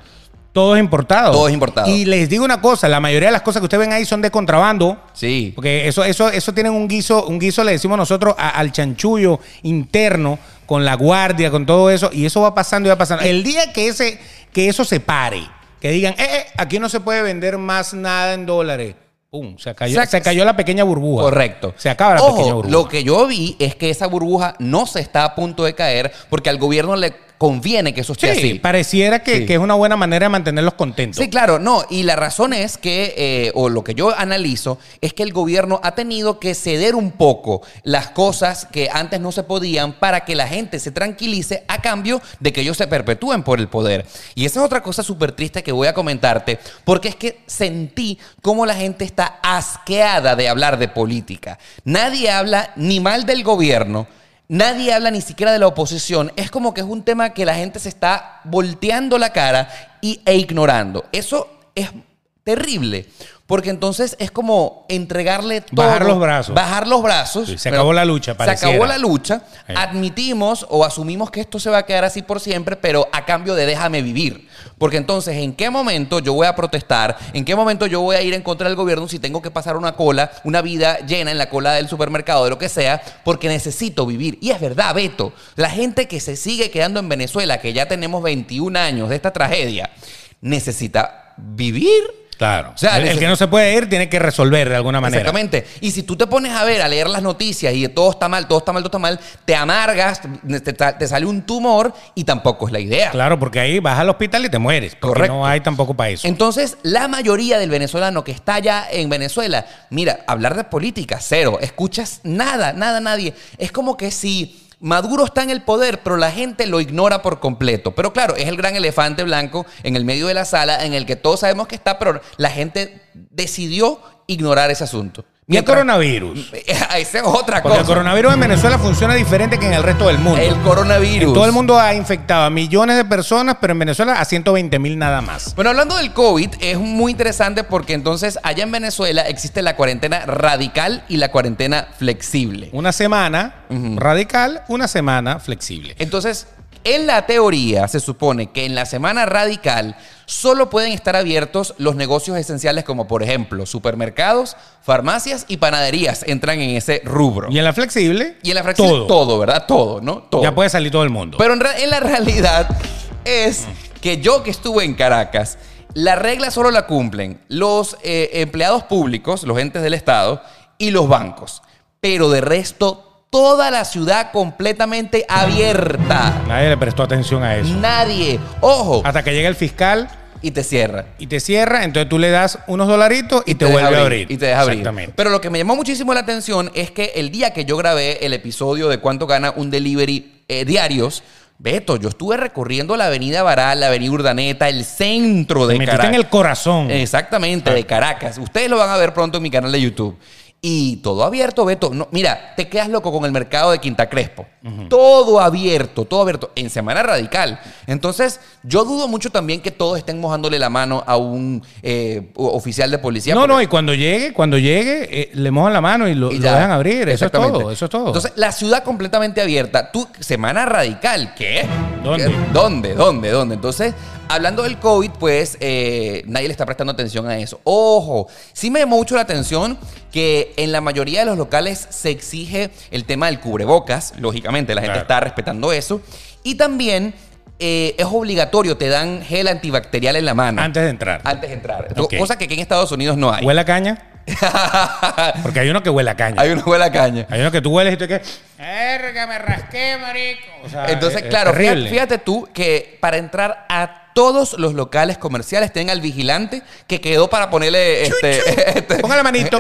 Speaker 1: Todo es importado.
Speaker 2: Todo es importado.
Speaker 1: Y les digo una cosa, la mayoría de las cosas que ustedes ven ahí son de contrabando.
Speaker 2: Sí.
Speaker 1: Porque eso, eso, eso tienen un guiso, un guiso le decimos nosotros a- al chanchullo interno, con la guardia, con todo eso, y eso va pasando y va pasando. El día que ese, que eso se pare, que digan, eh, eh, aquí no se puede vender más nada en dólares. Pum, se cayó,
Speaker 2: Sac-
Speaker 1: se cayó la pequeña burbuja.
Speaker 2: Correcto.
Speaker 1: Se acaba la
Speaker 2: Ojo,
Speaker 1: pequeña burbuja.
Speaker 2: Lo que yo vi es que esa burbuja no se está a punto de caer porque al gobierno le conviene que eso esté
Speaker 1: Sí,
Speaker 2: así.
Speaker 1: pareciera que,
Speaker 2: Sí.
Speaker 1: que es una buena manera de mantenerlos contentos.
Speaker 2: Sí, claro, no. Y la razón es que, eh, o lo que yo analizo, es que el gobierno ha tenido que ceder un poco las cosas que antes no se podían para que la gente se tranquilice a cambio de que ellos se perpetúen por el poder. Y esa es otra cosa súper triste que voy a comentarte, porque es que sentí cómo la gente está asqueada de hablar de política. Nadie habla ni mal del gobierno. Nadie habla ni siquiera de la oposición. Es como que es un tema que la gente se está volteando la cara y, e ignorando. Eso es terrible. Porque entonces es como entregarle todo.
Speaker 1: Bajar los brazos.
Speaker 2: Bajar los brazos.
Speaker 1: Sí, se acabó la lucha,
Speaker 2: Se
Speaker 1: pareciera.
Speaker 2: acabó la lucha.
Speaker 1: Sí.
Speaker 2: Admitimos o asumimos que esto se va a quedar así por siempre, pero a cambio de déjame vivir. Porque entonces, ¿en qué momento yo voy a protestar? ¿En qué momento yo voy a ir en contra del gobierno si tengo que pasar una cola, una vida llena en la cola del supermercado, de lo que sea? Porque necesito vivir. Y es verdad, Beto. La gente que se sigue quedando en Venezuela, que ya tenemos 21 años de esta tragedia, necesita vivir.
Speaker 1: Claro.
Speaker 2: O sea,
Speaker 1: el, el
Speaker 2: neces-
Speaker 1: que no se puede ir tiene que resolver de alguna manera.
Speaker 2: Exactamente. Y si tú te pones a ver, a leer las noticias y todo está mal, todo está mal, todo está mal, te amargas, te, te sale un tumor y tampoco es la idea.
Speaker 1: Claro, porque ahí vas al hospital y te mueres. Porque
Speaker 2: Correcto.
Speaker 1: no hay tampoco para eso.
Speaker 2: Entonces, la mayoría del venezolano que está allá en Venezuela, mira, hablar de política, cero, escuchas nada, nada, nadie. Es como que si Maduro está en el poder, pero la gente lo ignora por completo. Pero claro, es el gran elefante blanco en el medio de la sala en el que todos sabemos que está, pero la gente decidió ignorar ese asunto.
Speaker 1: Y el
Speaker 2: Mientras-
Speaker 1: coronavirus.
Speaker 2: Esa es otra
Speaker 1: Porque
Speaker 2: cosa.
Speaker 1: el coronavirus en Venezuela funciona diferente que en el resto del mundo.
Speaker 2: El coronavirus.
Speaker 1: Todo el mundo ha infectado a millones de personas, pero en Venezuela a 120 mil nada más.
Speaker 2: Bueno, hablando del COVID, es muy interesante porque entonces allá en Venezuela existe la cuarentena radical y la cuarentena flexible.
Speaker 1: Una semana radical, una semana flexible.
Speaker 2: Entonces, en la teoría se supone que en la semana radical solo pueden estar abiertos los negocios esenciales como por ejemplo supermercados, farmacias y panaderías entran en ese rubro.
Speaker 1: Y en la flexible,
Speaker 2: Y en la flexible todo,
Speaker 1: todo.
Speaker 2: ¿verdad? Todo, ¿no? Todo.
Speaker 1: Ya puede salir todo el mundo.
Speaker 2: Pero en, ra- en la realidad es que yo que estuve en Caracas, la regla solo la cumplen los eh, empleados públicos, los entes del Estado y los bancos. Pero de resto, toda la ciudad completamente abierta.
Speaker 1: Nadie le prestó atención a eso.
Speaker 2: Nadie. Ojo.
Speaker 1: Hasta que llega el fiscal
Speaker 2: Y te cierra.
Speaker 1: y te cierra, entonces tú le das unos dolaritos y, te,
Speaker 2: deja
Speaker 1: vuelve a abrir.
Speaker 2: Y te deja abrir.
Speaker 1: Exactamente.
Speaker 2: Pero lo que me llamó muchísimo la atención es que el día que yo grabé el episodio de cuánto gana un delivery eh, diarios, Beto, yo estuve recorriendo la avenida Baral, la avenida Urdaneta, el centro de Eh,
Speaker 1: Me metiste
Speaker 2: Caracas.
Speaker 1: en el corazón.
Speaker 2: Exactamente, de Caracas. Ustedes lo van a ver pronto en mi canal de YouTube. Y todo abierto, Beto. No, mira, te quedas loco con el mercado de Quinta Crespo. Todo abierto, todo abierto. En Semana Radical. Entonces, yo dudo mucho también que todos estén mojándole la mano a un eh, o- oficial de policía.
Speaker 1: no,
Speaker 2: porque-
Speaker 1: no, y cuando llegue, cuando llegue, eh, le mojan la mano y lo,
Speaker 2: y
Speaker 1: lo
Speaker 2: ya.
Speaker 1: dejan abrir. Eso es
Speaker 2: Exactamente.
Speaker 1: todo, eso es todo.
Speaker 2: Entonces, la ciudad completamente abierta. Tú, Semana Radical, ¿qué?
Speaker 1: ¿Dónde?
Speaker 2: ¿Qué? ¿Dónde? ¿Dónde? ¿Dónde? Entonces, hablando del COVID, pues eh, nadie le está prestando atención a eso. Ojo, sí me llamó mucho la atención que en la mayoría de los locales se exige el tema del cubrebocas. Lógicamente, la gente
Speaker 1: Claro.
Speaker 2: está respetando eso. Y también eh, es obligatorio, te dan gel antibacterial en la mano.
Speaker 1: antes de entrar.
Speaker 2: Antes de entrar.
Speaker 1: Ok.
Speaker 2: Cosa que aquí en Estados Unidos no hay.
Speaker 1: ¿Huele a caña? Porque hay uno que huele a caña.
Speaker 2: hay una buena caña.
Speaker 1: Hay uno que tú hueles y tú que. ¡Erga, me rasqué, marico! O sea,
Speaker 2: Entonces,
Speaker 1: es- es
Speaker 2: claro, fíjate,
Speaker 1: Ah, eh, terrible.
Speaker 2: fíjate tú que para entrar a todos los locales comerciales tienen al vigilante que quedó para ponerle este, este-
Speaker 1: Ponga la manito.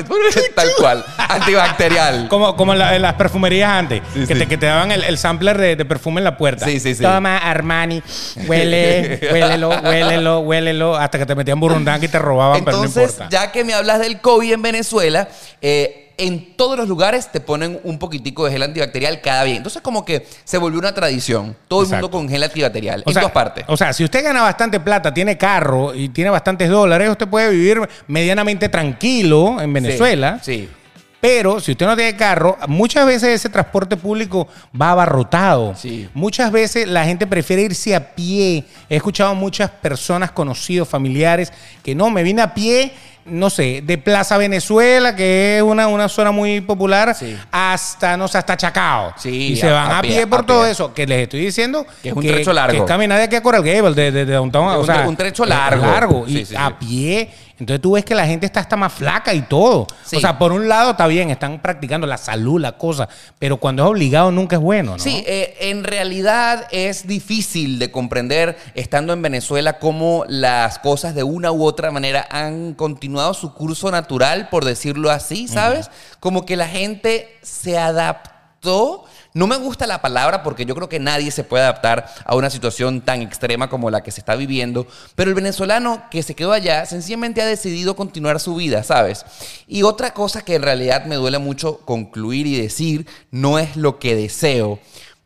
Speaker 2: tal cual, antibacterial.
Speaker 1: Como, como en la- en las perfumerías antes,
Speaker 2: Sí,
Speaker 1: que,
Speaker 2: sí.
Speaker 1: Te, que te daban el, el sampler de, de perfume en la puerta.
Speaker 2: Sí, sí, sí.
Speaker 1: Toma, Armani, huele, huélelo, huélelo, huélelo, hasta que te metían burundanga y te robaban, pero no
Speaker 2: Entonces,
Speaker 1: importa.
Speaker 2: ya que me hablas del COVID en Venezuela, eh, en todos los lugares te ponen un poquitico de gel antibacterial cada día. Entonces, como que se volvió una tradición. Todo el mundo
Speaker 1: Exacto.
Speaker 2: con gel antibacterial.
Speaker 1: O
Speaker 2: en
Speaker 1: sea,
Speaker 2: todas partes.
Speaker 1: O sea, si usted gana bastante plata, tiene carro y tiene bastantes dólares, usted puede vivir medianamente tranquilo en Venezuela.
Speaker 2: Sí. sí.
Speaker 1: Pero si usted no tiene carro, muchas veces ese transporte público va abarrotado.
Speaker 2: Sí.
Speaker 1: Muchas veces la gente prefiere irse a pie. He escuchado muchas personas, conocidos, familiares, que no, me vine a pie, no sé, de Plaza Venezuela, que es una, una zona muy popular,
Speaker 2: Sí.
Speaker 1: hasta, no sé, hasta Chacao.
Speaker 2: Sí,
Speaker 1: y se
Speaker 2: a-
Speaker 1: van
Speaker 2: a
Speaker 1: a,
Speaker 2: pie,
Speaker 1: pie, por
Speaker 2: a
Speaker 1: todo
Speaker 2: pie.
Speaker 1: eso, que les estoy diciendo.
Speaker 2: Que es un trecho largo.
Speaker 1: que es caminar de aquí a Coral Gable, de, de, de downtown,
Speaker 2: Es
Speaker 1: o
Speaker 2: un-
Speaker 1: sea,
Speaker 2: un trecho
Speaker 1: es
Speaker 2: largo.
Speaker 1: largo, y
Speaker 2: Sí, sí, sí.
Speaker 1: a pie. Entonces tú ves que la gente está hasta más flaca y todo.
Speaker 2: Sí.
Speaker 1: O sea, por un lado está bien, están practicando la salud, la cosa, pero cuando es obligado nunca es bueno, ¿no?
Speaker 2: Sí, eh, en realidad es difícil de comprender, estando en Venezuela, cómo las cosas de una u otra manera han continuado su curso natural, por decirlo así, ¿sabes? Como que la gente se adaptó. No me gusta la palabra porque yo creo que nadie se puede adaptar a una situación tan extrema como la que se está viviendo, pero el venezolano que se quedó allá sencillamente ha decidido continuar su vida, ¿sabes? Y otra cosa que en realidad me duele mucho concluir y decir, no es lo que deseo,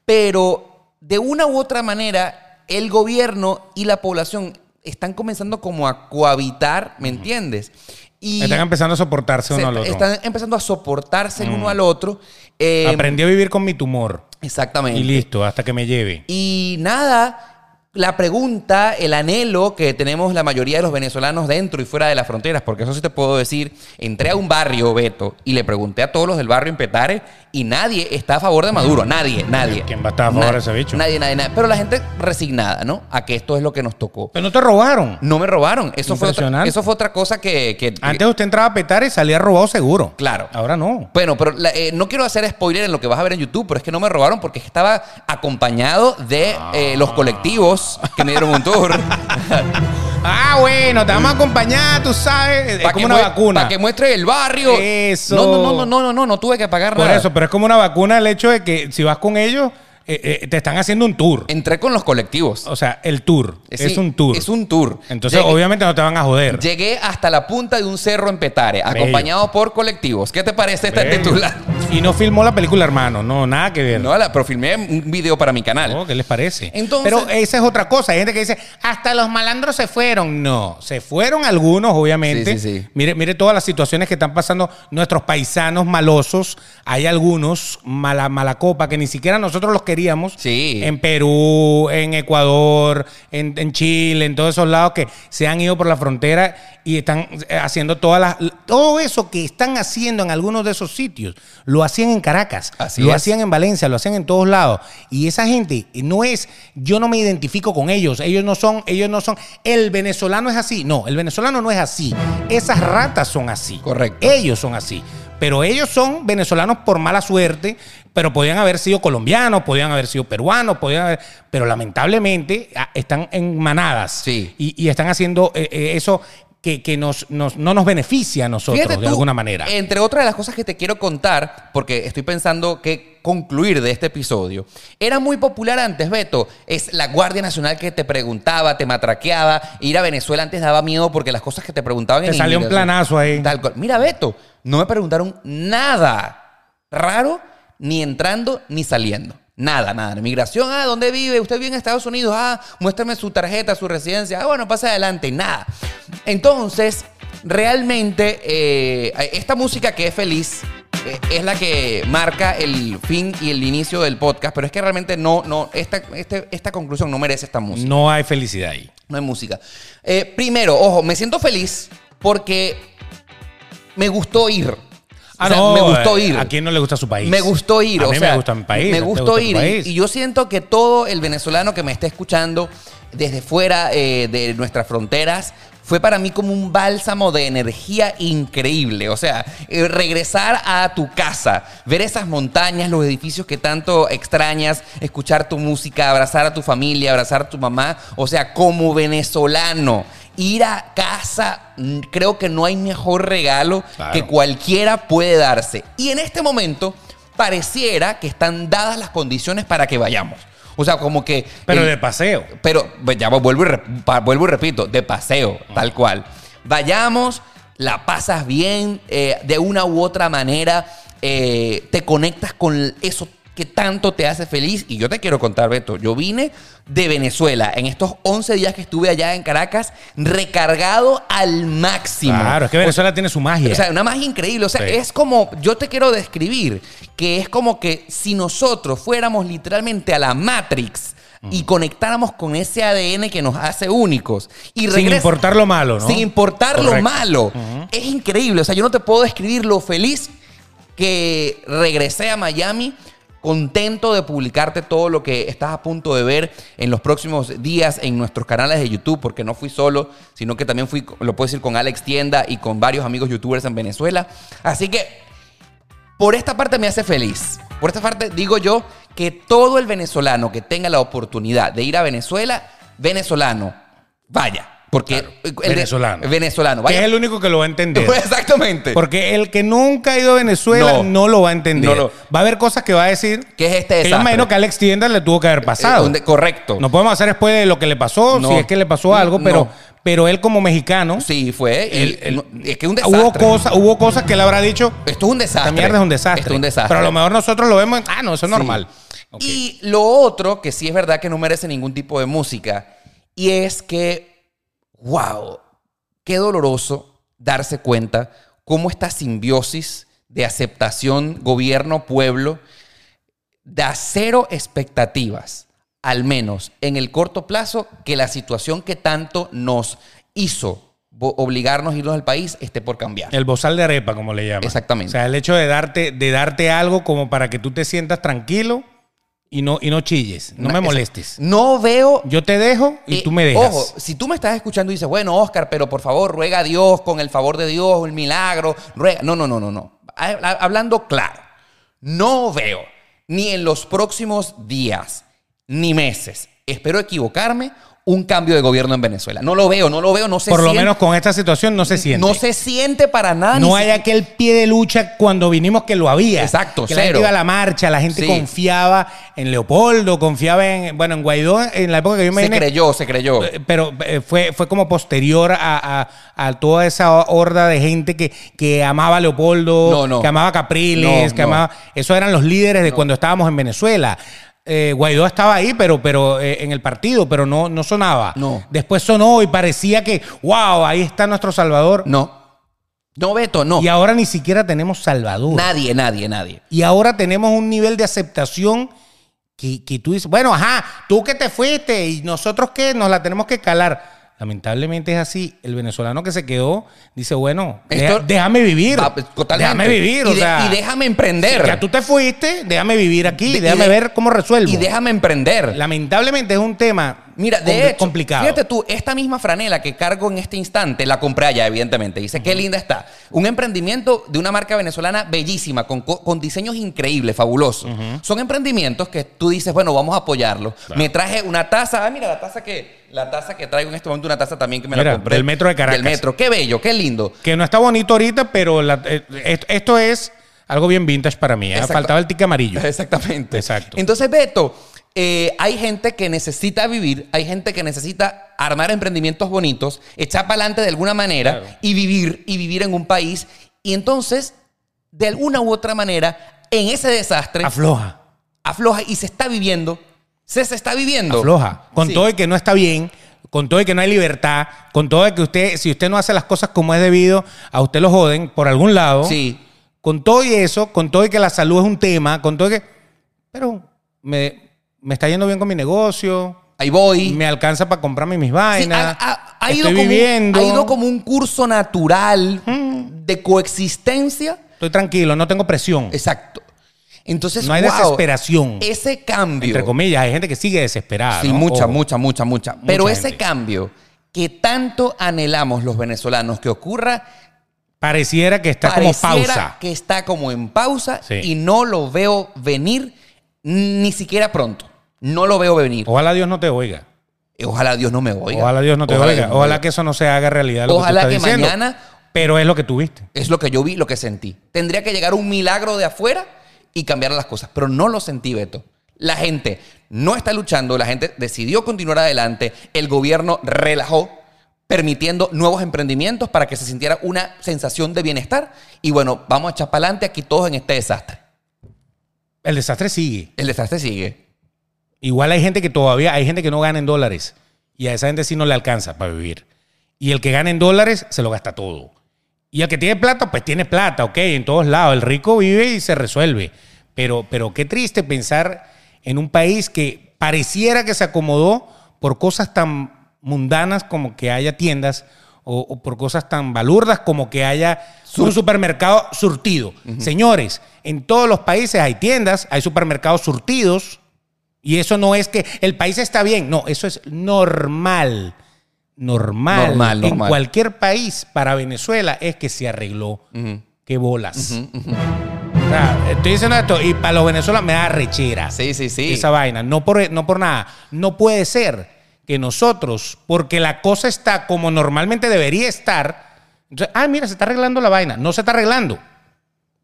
Speaker 2: pero de una u otra manera, el gobierno y la población están comenzando como a cohabitar, ¿me entiendes? Y
Speaker 1: Están empezando a soportarse
Speaker 2: se-
Speaker 1: uno al otro. Mm.
Speaker 2: están empezando a soportarse el uno al otro. eh,
Speaker 1: Aprendí a vivir con mi tumor.
Speaker 2: exactamente.
Speaker 1: Y listo, hasta que me lleve.
Speaker 2: Y nada, la pregunta, el anhelo que tenemos la mayoría de los venezolanos dentro y fuera de las fronteras, porque eso sí te puedo decir, entré a un barrio, Beto, y le pregunté a todos los del barrio en Petare y nadie está a favor de Maduro, nadie, nadie.
Speaker 1: ¿Quién va a estar a favor
Speaker 2: Na-
Speaker 1: de ese bicho?
Speaker 2: Nadie, nadie, nadie. Pero la gente resignada, ¿no? A que esto es lo que nos tocó.
Speaker 1: Pero no te robaron.
Speaker 2: No me robaron, eso, fue otra,
Speaker 1: Impresionante.
Speaker 2: eso fue otra cosa que... que
Speaker 1: Antes usted entraba a petar y salía robado seguro.
Speaker 2: Claro.
Speaker 1: Ahora no.
Speaker 2: Bueno, pero la- eh, no quiero hacer spoiler en lo que vas a ver en YouTube, pero es que no me robaron porque estaba acompañado de eh, los colectivos que me dieron un tour. Eh,
Speaker 1: Ah, bueno, te vamos a acompañar, tú sabes. Es
Speaker 2: Pa'
Speaker 1: como
Speaker 2: que
Speaker 1: una
Speaker 2: mue-
Speaker 1: vacuna.
Speaker 2: Para que muestre el barrio.
Speaker 1: Eso.
Speaker 2: No, no, no, no, no, no, no, no tuve que pagar
Speaker 1: Por
Speaker 2: nada.
Speaker 1: eso, pero es como una vacuna el hecho de que si vas con ellos, eh, eh, te están haciendo un tour.
Speaker 2: Entré con los colectivos.
Speaker 1: O sea, el tour.
Speaker 2: Sí,
Speaker 1: es un tour.
Speaker 2: Es un tour.
Speaker 1: Entonces,
Speaker 2: Llegué-
Speaker 1: obviamente no te van a joder.
Speaker 2: Llegué hasta la punta de un cerro en Petare,
Speaker 1: Bello.
Speaker 2: acompañado por colectivos. ¿Qué te parece esta
Speaker 1: Bello.
Speaker 2: titular?
Speaker 1: Y no filmó la película, hermano. No, nada que ver.
Speaker 2: No, la, pero filmé un video para mi canal.
Speaker 1: No, Oh, ¿Qué les parece?
Speaker 2: Entonces-
Speaker 1: Pero esa es otra cosa. Hay gente que dice, hasta los malandros se fueron. No, se fueron algunos, obviamente.
Speaker 2: Sí, sí, sí.
Speaker 1: Mire, mire todas las situaciones que están pasando nuestros paisanos malosos. Hay algunos, mala, mala copa, que ni siquiera nosotros los queríamos.
Speaker 2: Sí.
Speaker 1: En Perú, en Ecuador, en, en Chile, en todos esos lados que se han ido por la frontera y están eh, haciendo todas las... Todo eso que están haciendo en algunos de esos sitios, lo hacían en Caracas.
Speaker 2: Así
Speaker 1: lo
Speaker 2: es.
Speaker 1: hacían en Valencia, lo hacían en todos lados. Y esa gente no es, yo no me identifico con ellos, ellos no son, ellos no son, el venezolano es así, no, el venezolano no es así, esas ratas son así.
Speaker 2: Correcto.
Speaker 1: Ellos son así. Pero ellos son venezolanos por mala suerte, pero podían haber sido colombianos, podían haber sido peruanos, podían haber... Pero lamentablemente ah, están en manadas.
Speaker 2: Sí.
Speaker 1: Y, y están haciendo eh, eh, eso que, que nos, nos- no nos beneficia a nosotros
Speaker 2: Fíjate
Speaker 1: de
Speaker 2: tú, eh,
Speaker 1: alguna manera.
Speaker 2: Entre otras de las cosas que te quiero contar, porque estoy pensando que concluir de este episodio. Era muy popular antes, Beto. Es la Guardia Nacional que te preguntaba, te matraqueaba. Ir a Venezuela antes daba miedo porque las cosas que te preguntaban
Speaker 1: Te salió un
Speaker 2: inglés,
Speaker 1: planazo ahí.
Speaker 2: Tal cual. Mira, Beto, no me preguntaron nada raro, ni entrando ni saliendo. Nada, nada. Migración, ah, ¿dónde vive? ¿Usted vive en Estados Unidos? Ah, muéstrame su tarjeta, su residencia. Ah, bueno, pase adelante. Nada. Entonces, realmente, eh, esta música que es feliz eh, es la que marca el fin y el inicio del podcast, pero es que realmente no, no, esta, este- esta conclusión no merece esta música.
Speaker 1: No hay felicidad ahí.
Speaker 2: No hay música. Eh, primero, ojo, me siento feliz porque me gustó ir. O sea, me gustó
Speaker 1: eh,
Speaker 2: ir.
Speaker 1: ¿A quién no le gusta su país?
Speaker 2: Me gustó ir.
Speaker 1: A
Speaker 2: o
Speaker 1: mí
Speaker 2: sea,
Speaker 1: me gusta mi país.
Speaker 2: Me
Speaker 1: ¿no te
Speaker 2: gustó
Speaker 1: gusta tu
Speaker 2: ir.
Speaker 1: país?
Speaker 2: Y, y yo siento que todo el venezolano que me está escuchando desde fuera eh, de nuestras fronteras fue para mí como un bálsamo de energía increíble. O sea, eh, regresar a tu casa, ver esas montañas, los edificios que tanto extrañas, escuchar tu música, abrazar a tu familia, abrazar a tu mamá. O sea, como venezolano. Ir a casa, mm, creo que no hay mejor regalo
Speaker 1: Claro.
Speaker 2: que cualquiera puede darse. Y en este momento pareciera que están dadas las condiciones para que vayamos. O sea, como que...
Speaker 1: Pero
Speaker 2: el-
Speaker 1: de paseo.
Speaker 2: pero pues, ya vuelvo y, rep- pa- vuelvo y repito, de paseo,
Speaker 1: Ah.
Speaker 2: tal cual. Vayamos, la pasas bien, eh, de una u otra manera, eh, te conectas con eso que tanto te hace feliz. Y yo te quiero contar, Beto, yo vine de Venezuela en estos 11 días que estuve allá en Caracas, recargado al máximo.
Speaker 1: Claro, es que
Speaker 2: O sea,
Speaker 1: Venezuela tiene su magia.
Speaker 2: o sea, una magia increíble. O sea,
Speaker 1: Sí.
Speaker 2: es como, yo te quiero describir que es como que si nosotros fuéramos literalmente a la Matrix
Speaker 1: Mm.
Speaker 2: y conectáramos con ese ADN que nos hace únicos y
Speaker 1: sin
Speaker 2: regresa-
Speaker 1: importar lo malo, ¿no?
Speaker 2: sin importar lo
Speaker 1: Correcto.
Speaker 2: malo. Es increíble. O sea, yo no te puedo describir lo feliz que regresé a Miami. Contento de publicarte todo lo que estás a punto de ver en los próximos días en nuestros canales de YouTube, porque no fui solo, sino que también fui, lo puedo decir, con Alex Tienda y con varios amigos youtubers en Venezuela. Así que por esta parte me hace feliz. Por esta parte digo yo que todo el venezolano que tenga la oportunidad de ir a Venezuela, venezolano, vaya. Porque el de-
Speaker 1: venezolano.
Speaker 2: venezolano,
Speaker 1: Que
Speaker 2: vaya.
Speaker 1: es el único que lo va a entender.
Speaker 2: Exactamente. Eh,
Speaker 1: Porque el que nunca ha ido a Venezuela
Speaker 2: No.
Speaker 1: no, lo va a entender.
Speaker 2: No lo-
Speaker 1: Va a haber cosas que va a decir.
Speaker 2: ¿Qué es este
Speaker 1: que yo
Speaker 2: desastre?
Speaker 1: imagino que a Alex Tiendas le tuvo que haber
Speaker 2: Eh,
Speaker 1: pasado.
Speaker 2: donde- correcto.
Speaker 1: No podemos hacer después de lo que le pasó,
Speaker 2: No.
Speaker 1: si es que le pasó algo, pero,
Speaker 2: No.
Speaker 1: pero él como mexicano,
Speaker 2: Sí, fue. y
Speaker 1: El- el-
Speaker 2: no- es que es un desastre.
Speaker 1: hubo, cosa, hubo cosas que él habrá dicho.
Speaker 2: Esto es un desastre.
Speaker 1: Esta mierda es un desastre.
Speaker 2: Esto es un desastre.
Speaker 1: Pero a lo mejor nosotros lo vemos. Ah, no, eso es
Speaker 2: Sí.
Speaker 1: normal. Ok.
Speaker 2: Y lo otro, que sí es verdad que no merece ningún tipo de música, y es que wow, qué doloroso darse cuenta cómo esta simbiosis de aceptación gobierno-pueblo da cero expectativas, al menos en el corto plazo, que la situación que tanto nos hizo bo- obligarnos a irnos al país esté por cambiar.
Speaker 1: El bozal de arepa, como le llaman.
Speaker 2: Exactamente.
Speaker 1: O sea, el hecho de darte, de darte algo como para que tú te sientas tranquilo y no, y no chilles, no me
Speaker 2: Esa-
Speaker 1: molestes.
Speaker 2: No veo
Speaker 1: Yo te dejo y
Speaker 2: Eh,
Speaker 1: tú me dejas.
Speaker 2: Ojo, si tú me estás escuchando y dices, bueno, Oscar, pero por favor, ruega a Dios, con el favor de Dios, el milagro, ruega. No, no, no, no, no. Ha- ha- Hablando claro, no veo ni en los próximos días ni meses, espero equivocarme, un cambio de gobierno en Venezuela. No lo veo, no lo veo, no se
Speaker 1: Por lo
Speaker 2: siente-
Speaker 1: menos con esta situación no se siente.
Speaker 2: No se siente para nada.
Speaker 1: No
Speaker 2: ni
Speaker 1: hay
Speaker 2: se-
Speaker 1: aquel pie de lucha cuando vinimos que lo había.
Speaker 2: Exacto,
Speaker 1: que la gente
Speaker 2: cero.
Speaker 1: iba a la marcha, la gente
Speaker 2: Sí.
Speaker 1: confiaba en Leopoldo, confiaba en, bueno, en Guaidó, en la época que yo me
Speaker 2: se
Speaker 1: vine,
Speaker 2: creyó, se creyó.
Speaker 1: Eh, Pero eh, fue, fue como posterior a, a- a toda esa horda de gente que, que amaba a Leopoldo,
Speaker 2: No, no.
Speaker 1: que amaba a Capriles,
Speaker 2: No,
Speaker 1: que
Speaker 2: no.
Speaker 1: amaba. Esos eran los líderes de cuando estábamos en Venezuela. Eh, Guaidó estaba ahí, pero, pero eh, en el partido, pero no, no sonaba.
Speaker 2: No.
Speaker 1: Después sonó y parecía que, wow, ahí está nuestro Salvador.
Speaker 2: No. No, Beto, no.
Speaker 1: Y ahora ni siquiera tenemos Salvador.
Speaker 2: Nadie, nadie, nadie.
Speaker 1: Y ahora tenemos un nivel de aceptación que, que tú dices, bueno, ajá, tú que te fuiste y nosotros que nos la tenemos que calar. Lamentablemente es así. El venezolano que se quedó dice, bueno, deja-
Speaker 2: Esto-
Speaker 1: déjame vivir.
Speaker 2: Va, pues, totalmente.
Speaker 1: Déjame vivir.
Speaker 2: Y,
Speaker 1: o
Speaker 2: de-
Speaker 1: sea,
Speaker 2: y déjame emprender.
Speaker 1: ya tú te fuiste, déjame vivir aquí,
Speaker 2: De- y
Speaker 1: déjame
Speaker 2: de-
Speaker 1: ver cómo resuelvo.
Speaker 2: y déjame emprender.
Speaker 1: Lamentablemente es un tema
Speaker 2: Mira, de
Speaker 1: compli-
Speaker 2: hecho,
Speaker 1: complicado.
Speaker 2: fíjate tú, esta misma franela que cargo en este instante, la compré allá, evidentemente. Dice, qué linda está. Un emprendimiento de una marca venezolana bellísima, con, co- con diseños increíbles, fabulosos. Son emprendimientos que tú dices, bueno, vamos a apoyarlo. Me traje una taza, ah, mira, la taza que, la taza que traigo en este momento, una taza también que me
Speaker 1: Mira,
Speaker 2: la compré.
Speaker 1: del metro de Caracas.
Speaker 2: Del metro, qué bello, qué lindo.
Speaker 1: Que no está bonito ahorita, pero la- eh, esto, esto es algo bien vintage para mí. ¿eh?
Speaker 2: Exacto.
Speaker 1: Faltaba el tique amarillo.
Speaker 2: Exactamente.
Speaker 1: Exacto.
Speaker 2: Entonces, Beto, eh, hay gente que necesita vivir, hay gente que necesita armar emprendimientos bonitos, echar para adelante de alguna manera
Speaker 1: Claro.
Speaker 2: y vivir, y vivir en un país. Y entonces, de alguna u otra manera, en ese desastre,
Speaker 1: Afloja.
Speaker 2: afloja y se está viviendo. Se, se está viviendo.
Speaker 1: Afloja. Con
Speaker 2: Sí.
Speaker 1: todo y que no está bien, con todo y que no hay libertad, con todo y que usted, si usted no hace las cosas como es debido, a usted lo joden por algún lado.
Speaker 2: Sí.
Speaker 1: Con todo y eso, con todo y que la salud es un tema, con todo y que. Pero me, me está yendo bien con mi negocio,
Speaker 2: Ahí voy.
Speaker 1: me alcanza para comprarme mis
Speaker 2: Sí,
Speaker 1: vainas.
Speaker 2: ha, ha- ha ido
Speaker 1: estoy
Speaker 2: como un-
Speaker 1: viviendo. Mm.
Speaker 2: ha ido como un curso natural de coexistencia
Speaker 1: Estoy tranquilo, no tengo presión.
Speaker 2: Exacto. Entonces,
Speaker 1: No hay
Speaker 2: wow,
Speaker 1: desesperación.
Speaker 2: Ese cambio.
Speaker 1: Entre comillas, hay gente que sigue desesperada.
Speaker 2: sí,
Speaker 1: ¿no?
Speaker 2: mucha,
Speaker 1: Ojo.
Speaker 2: mucha, mucha, mucha. Pero
Speaker 1: Mucha
Speaker 2: ese
Speaker 1: gente.
Speaker 2: cambio que tanto anhelamos los venezolanos que ocurra,
Speaker 1: Pareciera que está
Speaker 2: pareciera
Speaker 1: como pausa.
Speaker 2: que está como en pausa
Speaker 1: Sí.
Speaker 2: y no lo veo venir ni siquiera pronto. No lo veo venir.
Speaker 1: Ojalá Dios no te oiga.
Speaker 2: Ojalá Dios no me oiga.
Speaker 1: Ojalá Dios no te oiga.
Speaker 2: Dios no me
Speaker 1: Ojalá que eso no se haga realidad. Lo
Speaker 2: Ojalá
Speaker 1: que, tú
Speaker 2: que
Speaker 1: estás diciendo.
Speaker 2: mañana-
Speaker 1: Pero es lo que tuviste.
Speaker 2: Es lo que yo vi, lo que sentí. Tendría que llegar un milagro de afuera y cambiar las cosas, pero no lo sentí, Beto. La gente no está luchando, la gente decidió continuar adelante, el gobierno relajó, permitiendo nuevos emprendimientos para que se sintiera una sensación de bienestar. Y bueno, vamos a echar para adelante aquí todos en este desastre.
Speaker 1: El desastre sigue.
Speaker 2: El desastre sigue.
Speaker 1: Igual hay gente que todavía, hay gente que no gana en dólares. Y a esa gente sí no le alcanza para vivir. Y el que gana en dólares se lo gasta todo. Y el que tiene plata, pues tiene plata, ok, en todos lados. El rico vive y se resuelve. Pero, pero qué triste pensar en un país que pareciera que se acomodó por cosas tan mundanas como que haya tiendas o, o por cosas tan balurdas como que haya un supermercado surtido. Señores, en todos los países hay tiendas, hay supermercados surtidos. Y eso no es que el país está bien, no, eso es normal. Normal,
Speaker 2: Normal,
Speaker 1: en
Speaker 2: normal.
Speaker 1: cualquier país para Venezuela es que se arregló. Qué bolas. O sea, estoy diciendo esto y para los venezolanos me da rechera
Speaker 2: Sí, sí, sí.
Speaker 1: esa vaina. No por, no por nada. No puede ser que nosotros, porque la cosa está como normalmente debería estar, entonces, ah, mira, se está arreglando la vaina. No se está arreglando.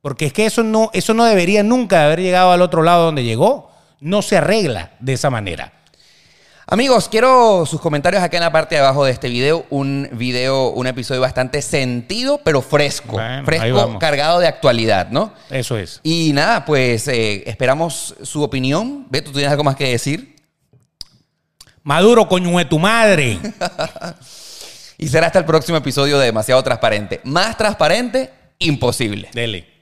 Speaker 1: Porque es que eso no, eso no debería nunca haber llegado al otro lado donde llegó. No se arregla de esa manera.
Speaker 2: Amigos, quiero sus comentarios acá en la parte de abajo de este video. Un video, un episodio bastante sentido, pero fresco.
Speaker 1: Bueno, ahí
Speaker 2: fresco,
Speaker 1: vamos.
Speaker 2: cargado de actualidad, ¿no?
Speaker 1: Eso es.
Speaker 2: Y nada, pues eh, esperamos su opinión. Beto, ¿tú tienes algo más que decir?
Speaker 1: Maduro, coño de tu madre.
Speaker 2: Y será hasta el próximo episodio de Demasiado Transparente. Más transparente, imposible.
Speaker 1: Dele.